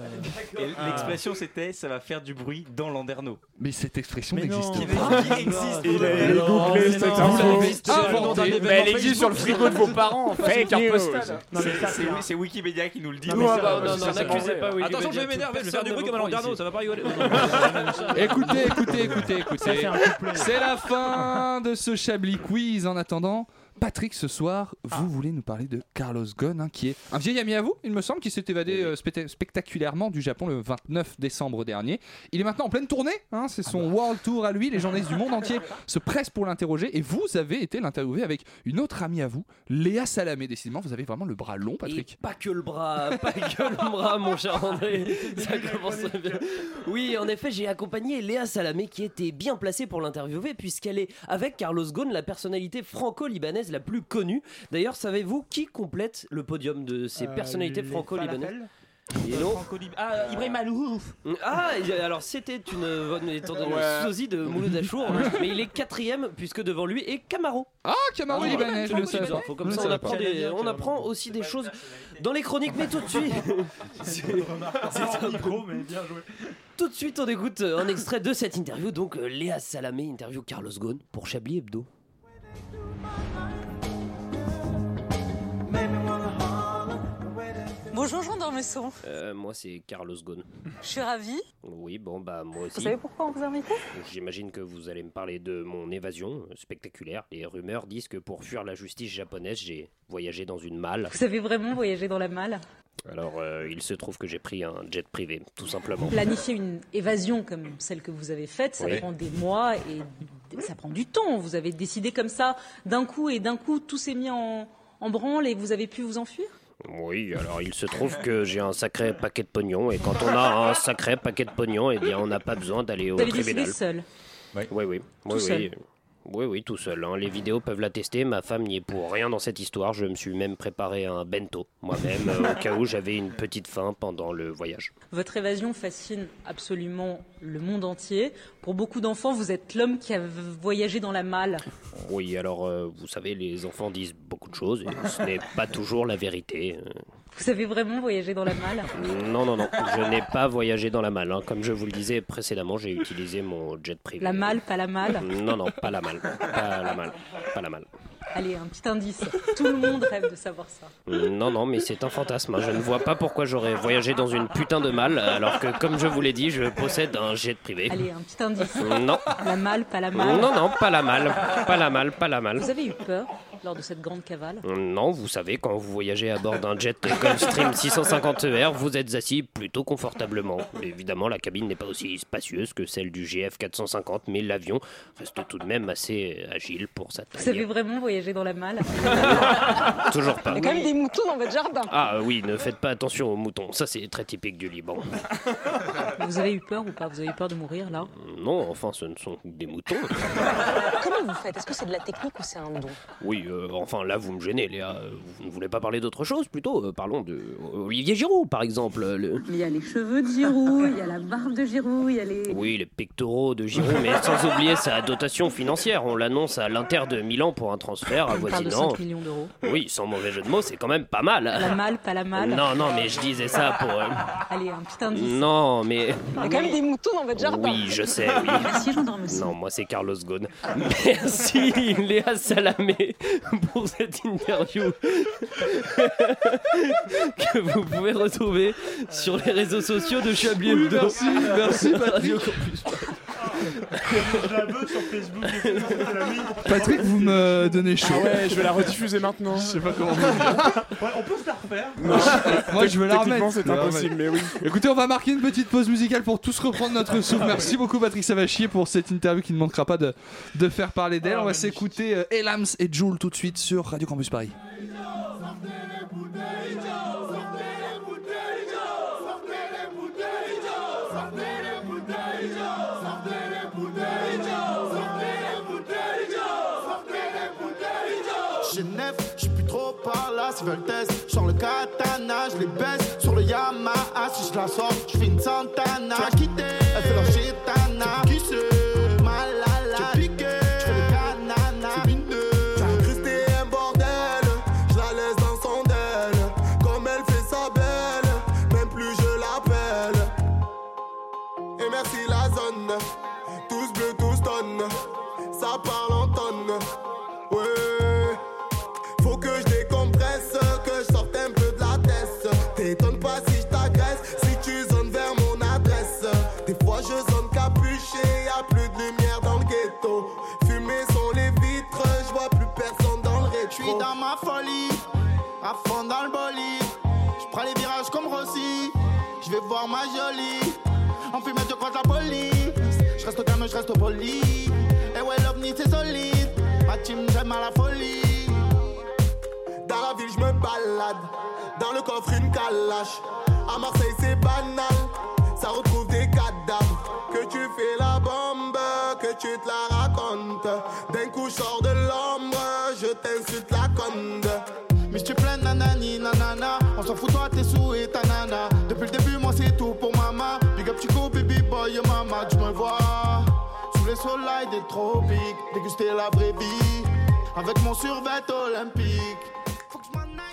Et L'expression c'était ça va faire du bruit dans Landerneau. mais cette expression Mais non. n'existe Oh. pas. Oh, Qui existe Il aujourd'hui. est googlé mais cette non, Vous l'avez info. Ah, inventé. Mais elle existe sur le frigo de vos parents. en fait, Fake une carte news. postale. Non, mais ça, C'est- C'est c'est Wikipédia qui nous le dit. Ah, mais ça, bah, bah, bah, non, ça, non, n'accusez ça m'en pas fait. Wikipédia, Attention, je vais m'énerver, je vais faire du personne bruit ne comme à vous prend Landerneau, ici. ça va pas rigoler. Écoutez, écoutez, écoutez, Ça, écoutez. c'est un couplet. C'est la fin de ce Chablis Quiz. En attendant, Patrick, ce soir, vous voulez nous parler de Carlos Ghosn, hein, qui est un vieil ami à vous, il me semble, qui s'est évadé euh, specta- spectaculairement du Japon le 29 décembre dernier. Il est maintenant en pleine tournée. hein, C'est son World Tour à lui. Les journalistes du monde entier se pressent pour l'interroger. Et vous avez été l'interviewer avec une autre amie à vous, Léa Salamé. Décidément, vous avez vraiment le bras long, Patrick. Et pas que le bras, pas que le bras, Euh, mon cher André. Ça commence très bien. Oui, en effet, j'ai accompagné Léa Salamé qui était bien placée pour l'interviewer puisqu'elle est avec Carlos Ghosn la personnalité franco-libanaise la plus connue. D'ailleurs, savez-vous qui complète le podium de ces Euh, personnalités les franco-libanaises falafels. Euh, Et non. Ah, Ibrahim Alouf Ah, et alors c'était une bonne étant donné Ouais. le sosie de Mouloud Achour, mais il est quatrième puisque devant lui est Camaro. Ah, Camaro Ah, libanais, je le le savais petit pas. info, Comme Je ça, le on savais pas. apprend, des- on apprend aussi des choses dans les chroniques, mais tout de suite. C'est un micro, mais bien joué. Tout de suite, on écoute euh, un extrait de cette interview. Donc, euh, Léa Salamé interview Carlos Ghosn pour Chablis Hebdo. Bonjour Jean Dormesson. Euh, moi, c'est Carlos Ghosn. Je suis ravie. Oui, bon, bah, moi aussi. Vous savez pourquoi on vous a invité J'imagine que vous allez me parler de mon évasion euh, spectaculaire. Les rumeurs disent que pour fuir la justice japonaise, j'ai voyagé dans une malle. Vous avez vraiment voyagé dans la malle Alors, euh, il se trouve que j'ai pris un jet privé, tout simplement. Planifier une évasion comme celle que vous avez faite, ça Oui. prend des mois et d- ça prend du temps. Vous avez décidé comme ça d'un coup et d'un coup tout s'est mis en, en branle et vous avez pu vous enfuir Oui, alors il se trouve que j'ai un sacré paquet de pognon, et quand on a un sacré paquet de pognon, eh bien, on n'a pas besoin d'aller au Vous avez tribunal. décidé seul. Oui, oui, oui, oui. seul. Oui, oui, tout seul. hein. Les vidéos peuvent l'attester. Ma femme n'y est pour rien dans cette histoire. Je me suis même préparé un bento moi-même, euh, au cas où j'avais une petite faim pendant le voyage. Votre évasion fascine absolument le monde entier. Pour beaucoup d'enfants, vous êtes l'homme qui a v- voyagé dans la malle. Oui, alors, euh, vous savez, les enfants disent beaucoup de choses, et ce n'est pas toujours la vérité. Euh, Vous avez vraiment voyagé dans la malle Non, non, non, je n'ai pas voyagé dans la malle. hein. Comme je vous le disais précédemment, j'ai utilisé mon jet privé. La malle, pas la malle Non, non, pas la malle. Pas la malle. Pas la malle. Allez, un petit indice. Tout le monde rêve de savoir ça. Mm, Non, non, mais c'est un fantasme. hein. Je ne vois pas pourquoi j'aurais voyagé dans une putain de malle, alors que, comme je vous l'ai dit, je possède un jet privé. Allez, un petit indice. Non. La malle, pas la malle Mm. Non, non, pas la malle. Pas la malle, pas la malle. Mm, Vous avez eu peur lors de cette grande cavale Non, vous savez, quand vous voyagez à bord d'un jet Gulfstream 650ER, E vous êtes assis plutôt confortablement. Évidemment, la cabine n'est pas aussi spacieuse que celle du GF450, mais l'avion reste tout de même assez agile pour sa Vous avez taille. vraiment voyagé dans la malle Toujours pas. Il y a quand même des moutons dans votre jardin. Ah oui, ne faites pas attention aux moutons, ça c'est très typique du Liban. Vous avez eu peur ou pas Vous avez eu peur de mourir là Non, enfin, ce ne sont que des moutons. Euh, Comment vous faites Est-ce que c'est de la technique ou c'est un don Oui, euh, enfin là vous me gênez, Léa. Euh, Vous ne voulez pas parler d'autre chose plutôt Euh, Parlons de Olivier Giroud, par exemple. euh, le- Il y a les cheveux de Giroud, il y a la barbe de Giroud, il y a les... Oui, les pectoraux de Giroud, mais sans oublier sa dotation financière. On l'annonce à l'Inter de Milan pour un transfert On parle de avoisinant. 5 millions d'euros. Oui, sans mauvais jeu de mots, c'est quand même pas mal. La malle, pas la malle Non, non, mais je disais ça pour. euh, Allez, un petit indice. Non, mais. Il y a quand même des moutons dans votre jardin. Oui, je sais, oui. Merci, Jean Dormesson. Non, moi c'est Carlos Ghosn. Merci Léa Salamé pour cette interview que vous pouvez retrouver sur les réseaux sociaux de Chablis Oui, Hebdo. merci, merci, Patrick. Radio Campus. Patrick, vous me donnez chaud. Ah ouais, je vais la rediffuser maintenant. Je sais pas comment. on peut se la refaire. Moi, je veux la Techniquement, remettre. c'est Je veux la impossible, remettre. Écoutez, on va marquer une petite pause musicale pour tous reprendre notre souffle. Ah Merci beaucoup, Patrick Savachier, pour cette interview qui ne manquera pas de, de faire parler Ah, d'elle. on va s'écouter euh, Elams et Joule tout de suite sur Radio Campus Paris. Genève, j'suis plus trop par là, c'est Voltes. Genre le katana, je les baisse. Sur le Yamaha, si je la sors, je fais une Santana. J'vais quitter, elle fait leur gitana. Qui se malala, j'ai piqué, je fais le canana. C'est bineux, T'as Christé un bordel, je la laisse dans son aile. Comme elle fait sa belle, même plus je l'appelle. Et merci la zone, tous bleus, tous tonnes, ça parle en tonnes. Ouais, faut que je décompresse, que je sorte un peu de la tête. T'étonnes pas si je t'agresse, si tu zones vers mon adresse. Des fois je zone capuché, y a plus de lumière dans le ghetto. Fumées sont les vitres, je vois plus personne dans le je suis rétro. dans ma folie, à fond dans le bolide. Je prends les virages comme Rossi, je vais voir ma jolie. En fumette, je croise la police. Je reste calme, je reste poli. Et ouais, l'ovni, c'est solide. Ma team, j'aime à la folie. Dans la ville, je me balade. Dans le coffre, une calache. À Marseille, c'est banal. Ça retrouve des cadavres. Que tu fais la bombe, que tu te la racontes. D'un coup, je sors de l'ombre. Je t'insulte la conde. Mais je te plains, nanani, nanana. On s'en fout, toi, tes sous et ta nana. Depuis le début, moi, c'est tout pour maman. Big up, Chico, baby boy, yo, mama. Tu me vois sous les soleils des tropiques. Déguster la vraie vie avec mon survêt olympique.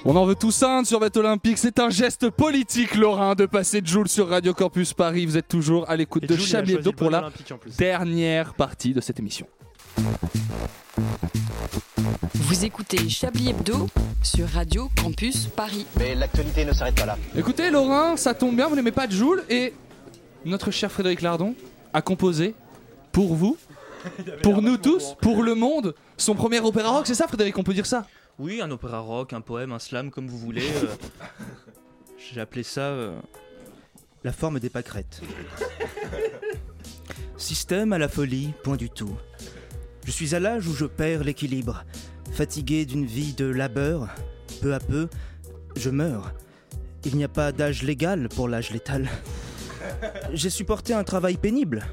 On en veut tous un de survêt olympique. C'est un geste politique, Laurent, de passer Joule sur Radio Campus Paris. Vous êtes toujours à l'écoute de Jul, il a Chablis choisi Hebdo le pour bonnet la olympique, en plus. dernière partie de cette émission. Vous écoutez Chablis Hebdo sur Radio Campus Paris. Mais l'actualité ne s'arrête pas là. Écoutez, Laurent, ça tombe bien, vous n'aimez pas de Joule et notre cher Frédéric Lardon a composé pour vous, pour nous tous, pour le monde, son premier opéra rock. C'est ça, Frédéric, on peut dire ça Oui, un opéra rock, un poème, un slam, comme vous voulez. euh, J'ai appelé ça euh, La forme des pâquerettes. Système à la folie, point du tout. Je suis à l'âge où je perds l'équilibre. Fatigué d'une vie de labeur, peu à peu, je meurs. Il n'y a pas d'âge légal pour l'âge létal. J'ai supporté un travail pénible.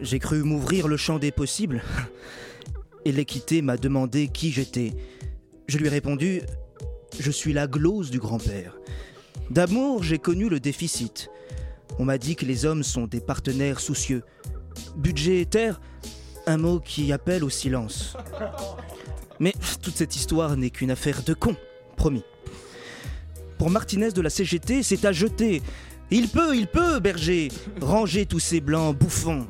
J'ai cru m'ouvrir le champ des possibles. Et l'équité m'a demandé qui j'étais. Je lui ai répondu Je suis la glose du grand-père. D'amour, j'ai connu le déficit. On m'a dit que les hommes sont des partenaires soucieux. Budgétaire, un mot qui appelle au silence. Mais toute cette histoire n'est qu'une affaire de con, promis. Pour Martinez de la CGT, c'est à jeter. Il peut, il peut, Berger, ranger tous ces blancs bouffons.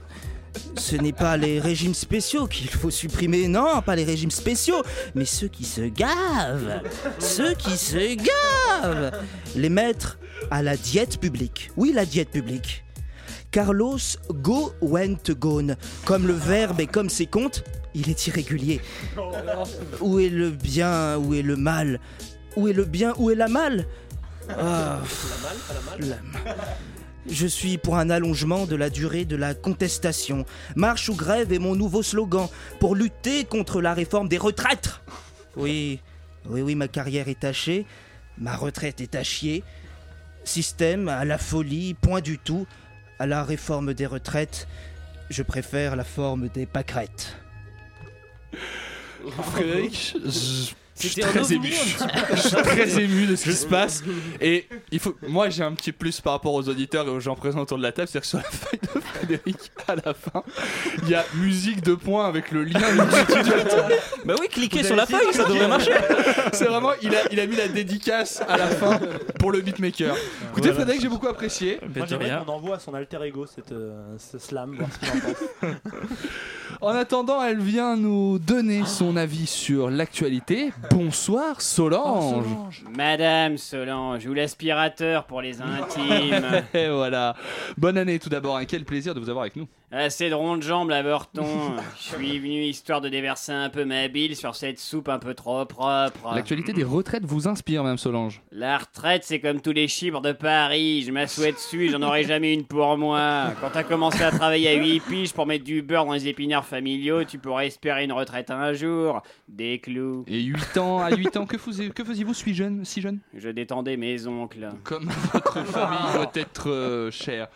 Ce n'est pas les régimes spéciaux qu'il faut supprimer, non, pas les régimes spéciaux, mais ceux qui se gavent, ceux qui se gavent, les mettre à la diète publique. Oui, la diète publique. Carlos go went gone. Comme le verbe et comme ses comptes, il est irrégulier. Où est le bien Où est le mal Où est le bien Où est la mal Ah, la- Je suis pour un allongement de la durée de la contestation. Marche ou grève est mon nouveau slogan pour lutter contre la réforme des retraites. Oui, oui, oui, ma carrière est tachée, ma retraite est à chier. Système à la folie, point du tout. À la réforme des retraites, je préfère la forme des pâquerettes. Frédéric, je- je suis C'était un très ovni, ému. un petit peu. Je suis très ému de ce qui se passe. Et il faut, moi, j'ai un petit plus par rapport aux auditeurs et aux gens présents autour de la table. C'est-à-dire que sur la feuille de Frédéric, à la fin, il y a musique de points avec le lien. bah oui, cliquez sur la feuille, ça devrait marcher. C'est vraiment, il a, il a mis la dédicace à la fin pour le beatmaker. Écoutez, Voilà. Frédéric, j'ai beaucoup apprécié. Moi, j'aimerais qu'on envoie à son alter ego cette, euh, ce slam, voir ce qu'il en pense. En attendant, elle vient nous donner son avis sur l'actualité. Bonsoir Solange. Madame Solange, ou l'aspirateur pour les intimes. Et voilà. Bonne année tout d'abord, et quel plaisir de vous avoir avec nous. Assez de rondes jambes, la Burton. Je suis venu histoire de déverser un peu ma bile sur cette soupe un peu trop propre. L'actualité des retraites vous inspire, Madame Solange. La retraite, c'est comme tous les chibres de Paris. Je m'assois dessus, j'en aurai jamais une pour moi. Quand t'as commencé à travailler à 8 piges pour mettre du beurre dans les épinards familiaux, tu pourrais espérer une retraite un jour. Des clous. Et 8 ans, à 8 ans, que faisiez- que faisiez-vous suis jeune, si jeune Je détendais mes oncles. Comme votre famille doit être euh, chère.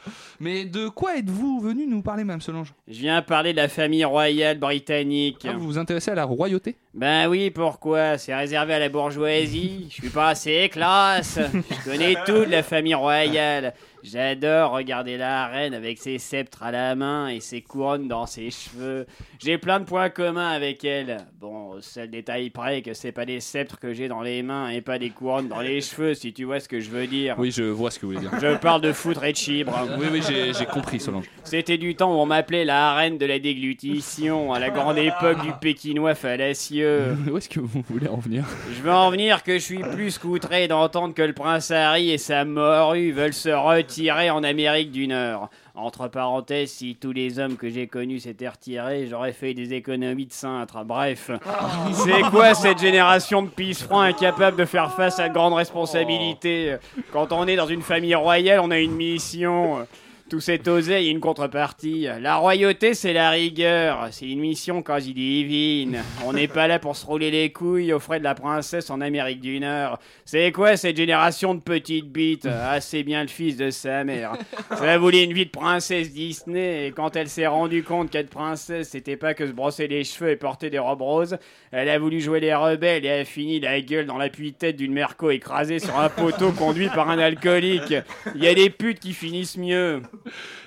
Mais de quoi êtes-vous venu nous parler, Madame Solange Je viens parler de la famille royale britannique. Ah, Vous vous intéressez à la royauté Ben oui, pourquoi C'est réservé à la bourgeoisie. Je suis pas assez classe. Je connais tout de la famille royale. J'adore regarder la reine avec ses sceptres à la main et ses couronnes dans ses cheveux. J'ai plein de points communs avec elle. Bon, au seul détail près que c'est pas des sceptres que j'ai dans les mains et pas des couronnes dans les cheveux, si tu vois ce que je veux dire. Oui, je vois ce que vous voulez dire. Je parle de foutre et de chibre. Oui, oui, j'ai j'ai compris, Solange. C'était du temps où on m'appelait la reine de la déglutition, à la grande époque du Pékinois fallacieux. Où est-ce que vous voulez en venir Je veux en venir que je suis plus qu'outré d'entendre que le prince Harry et sa morue veulent se retirer en Amérique du Nord. Entre parenthèses, si tous les hommes que j'ai connus s'étaient retirés, j'aurais fait des économies de cintre. Bref, Ah. c'est quoi cette génération de pisse-froids incapables de faire face à de grandes responsabilités euh, Quand on est dans une famille royale, on a une mission. euh, Tout cet oseille a une contrepartie. La royauté, c'est la rigueur. C'est une mission quasi divine. On n'est pas là pour se rouler les couilles aux frais de la princesse en Amérique du Nord. C'est quoi cette génération de petites bites Ah, c'est bien le fils de sa mère. Ça voulait une vie de princesse Disney. Et quand elle s'est rendue compte qu'être princesse, c'était pas que se brosser les cheveux et porter des robes roses, elle a voulu jouer les rebelles et a fini la gueule dans la tête d'une merco écrasée sur un poteau conduit par un alcoolique. Il y a des putes qui finissent mieux.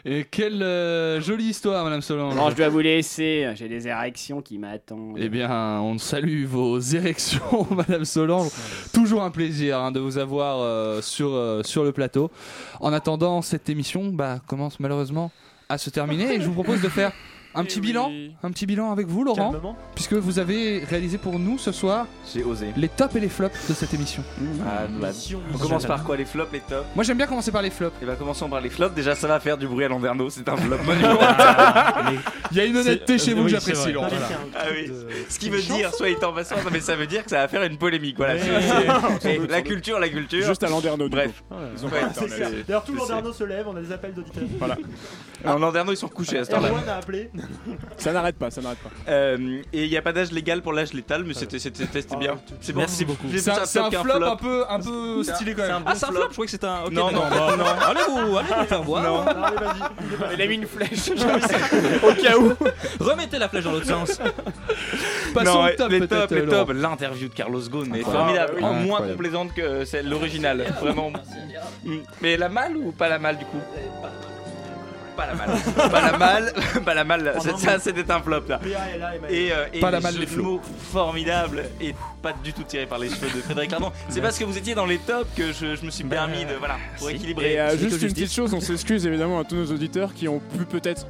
Et quelle euh, jolie histoire, Madame Solange. Non, je dois vous laisser. J'ai des érections qui m'attendent. Eh bien, on salue vos érections, Madame Solange. Toujours un plaisir hein, de vous avoir euh, sur, euh, sur le plateau. En attendant, cette émission bah, commence malheureusement à se terminer et je vous propose de faire Un petit bilan Un petit bilan avec vous, Laurent Calmement. Puisque vous avez réalisé pour nous ce soir J'ai osé. les tops et les flops de cette émission. Ah, bah, on commence par quoi Les flops, les tops Moi j'aime bien commencer par les flops. Et bah commençons par les flops. Déjà, ça va faire du bruit à l'Anderno, c'est un flop monumental. Il y a une honnêteté chez vous que j'apprécie, Laurent. Voilà. Ah oui. Ce qui veut dire, soit il en passant, non, mais ça veut dire que ça va faire une polémique. Voilà. Ouais. C'est- c'est- Sans doute, la sans doute. culture, la culture. Juste à l'Anderno, du Bref. coup. Ils ont Ouais, pas c'est Internet. clair. D'ailleurs, tout le monde C'est- Arnaud se lève, on a des appels d'auditeurs. Voilà. Ah, En Landerneau, ils sont couchés à cette heure-là. Erwan a appelé. Ça n'arrête pas, ça n'arrête pas. Euh, et il n'y a pas d'âge légal pour l'âge létal, mais c'était c'était- c'était bien. Ah, C'est bon. Merci beaucoup. J'ai C'est plus un- c'est un qu'un flop un peu- un peu C'est stylé quand même. un Ah, bon c'est un flop, je croyais que c'était un- ok, non, non, d'accord. non, non. Allez vous- allez vous faire voir. Non. Il a mis une flèche. Au cas où. Remettez la flèche dans l'autre sens. Passons Non, au top, les peut-être, tops, les Laurent. tops. L'interview de Carlos Ghosn est Incroyable. formidable, Ah oui. moins Incroyable. complaisante que celle l'original, vraiment. Mm. Mais la malle ou pas la malle du coup Pas la malle, pas la malle, pas la malle. Oh, c'est- non, Ça, mais- c'était un flop là. PA est là, et Maël. Et, euh, et Pas la les malle, jeux les de flots. mots formidables et pas du tout tiré par les cheveux de Frédéric Lardon. C'est parce que vous étiez dans les tops que je, je me suis Bah, permis de voilà pour équilibrer. Et euh, C'est ce que juste je une dis. petite chose, on s'excuse évidemment à tous nos auditeurs qui ont pu peut-être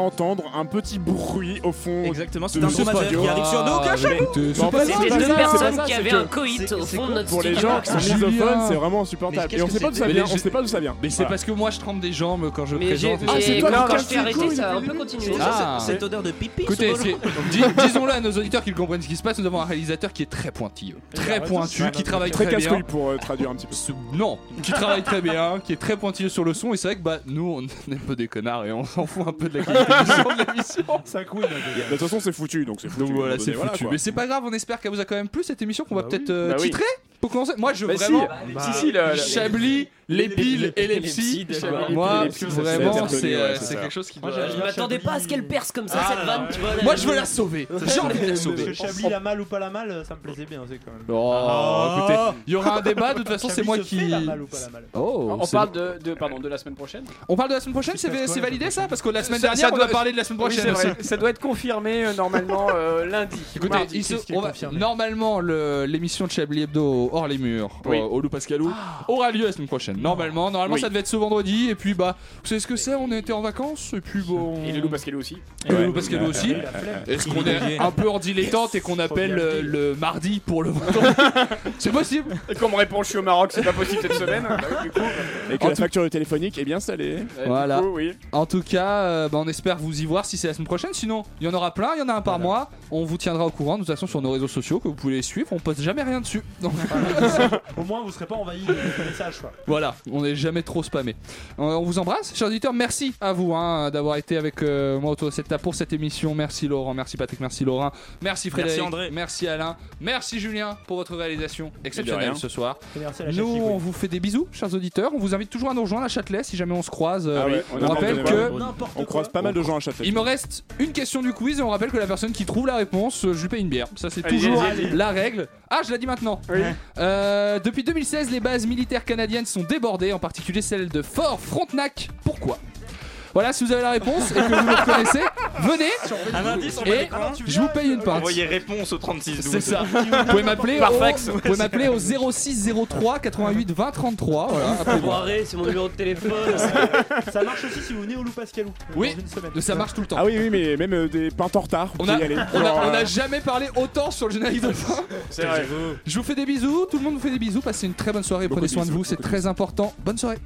entendre un petit bruit au fond. Exactement, de c'est un ce gros majeur radio. qui arrive sur nous, Ah, cachez-vous. mais C'est pas ça, ça, c'est c'est pas deux ça, personnes c'est qui ça, avaient c'est un que- coït c'est- au c'est fond de que notre Pour les studio. gens qui sont Julien. misophones, c'est vraiment Mais insupportable. qu'est-ce Et on que sait pas c'est- d'où ça mais vient, les- on sait pas d'où ça vient. Mais c'est parce que moi je trempe des jambes quand je Mais présente. j'ai- et- Ah, c'est j'ai- toi, quand, Lucas, je c'est t'ai arrêté, cool. ça va un peu continuer. Déjà, Ah. cette- cette cette odeur de pipi. Écoutez, c'est- dis- disons-le à nos auditeurs qu'ils comprennent ce qui se passe. Nous avons un réalisateur qui est très pointilleux, très pointu, qui travaille très, très bien. casse-couille pour euh, traduire un petit peu. Non, qui travaille très bien, qui est très pointilleux sur le son. Et c'est vrai que bah, nous, on est un peu des connards et on s'en fout un peu de la qualité du son de l'émission. Ça couine. De toute façon, c'est foutu, donc c'est foutu. Donc voilà, Bon, ben c'est voilà, foutu. quoi. Mais c'est pas grave, on espère qu'elle vous a quand même plu cette émission qu'on va peut-être euh, Bah oui. titrer. Pour commencer, moi je Bah si, vraiment. bah, si, si, le- le- Chablis, les piles et les psys. d'accord. Moi, Les piles, les psys, vraiment, c'est- c'est ouais, euh, c'est c'est ça. quelque chose qui Moi, doit. je je m'attendais pas à ce qu'elle perce comme ça Ah, cette là, vanne, ouais. tu vois. Moi, je veux la sauver. J'ai envie de la sauver. Ah, Monsieur Chablis, la malle ou pas la malle, ça me plaisait bien, c'est quand même. Oh, Ah. écoutez, il y aura un débat. De toute façon, c'est Chablis moi se qui. fait la malle ou pas la malle Oh, On c'est- parle de, de- pardon, de la semaine prochaine On parle de la semaine prochaine. se passe C'est quoi, c'est la validé ça Parce que la semaine Ça- dernière, ça on doit- a parlé de la semaine Oui, prochaine c'est vrai. aussi. Ça doit être confirmé euh, normalement euh, lundi. Écoutez, il se- on va- normalement, le- l'émission de Chablis Hebdo hors les murs, Oui. euh, au Loup Pascalou, Ah. aura lieu la semaine prochaine. Normalement, normalement Oui. ça devait être ce vendredi. Et puis, bah, vous savez ce que c'est On était en vacances. Et puis, bon. Et le loup Pascal aussi. Et le Loup Pascalou aussi. Est-ce qu'on est un peu en dilettante et qu'on appelle euh, le mardi pour le C'est possible Et qu'on me répond, je suis au Maroc, c'est pas possible cette semaine. Bah oui, du coup, Et que En la tout- facture téléphonique est bien salée. euh, du Voilà. coup, oui. En tout cas, euh, bah, on espère vous y voir si c'est la semaine prochaine. Sinon, il y en aura plein, il y en a un par mois. On vous tiendra au courant de toute façon sur nos réseaux sociaux que vous pouvez les suivre. On poste jamais rien dessus. Donc, Au moins, vous serez pas envahi de messages, quoi. voilà, on n'est jamais trop spammé. On, on vous embrasse, chers auditeurs. Merci à vous hein, d'avoir été avec euh, moi autour de cette table pour cette émission. Merci Laurent, merci Patrick, merci Laurent, merci Frédéric, Merci André. merci Alain, merci Julien pour votre réalisation exceptionnelle rien. ce soir. Et merci à la Nous, Chablis, on vous fait des bisous, chers auditeurs. On vous invite toujours à nous rejoindre à Châtelet si jamais on se croise. Euh, Ah oui, on on a rappelle entendu, que. ouais. N'importe On croise pas mal de gens à Châtelet. Il me reste une question du quiz et on rappelle que la personne qui trouve la réponse, euh, je lui paye une bière. Ça, c'est Allez, toujours allez, allez. la règle. Ah, je l'ai dit maintenant. Euh, depuis 2016, les bases militaires canadiennes sont débordées, en particulier celle de Fort Frontenac. Pourquoi voilà, si vous avez la réponse et que vous le connaissez, venez Un indice, on va et les prendre. je vous paye une pinte. Envoyez réponse au 36 12. C'est ça. Vous pouvez m'appeler Par au- fax. Vous pouvez m'appeler au 06 03 88 20 33. Voilà, appelez-moi. Boiré, c'est mon numéro de téléphone. Ça marche aussi si vous venez au Loup Pascalou. euh, Oui, dans une semaine. Ça marche tout le temps. Ah oui, oui, mais même euh, des peintes en retard. On faut a, y aller. on, a, Genre, on a euh, jamais parlé autant sur le générique de fin. C'est vrai. Je vous fais des bisous, tout le monde vous fait des bisous, passez une très bonne soirée, Beaucoup prenez de soin de bisous, vous, c'est beaucoup de très important. Bonne soirée.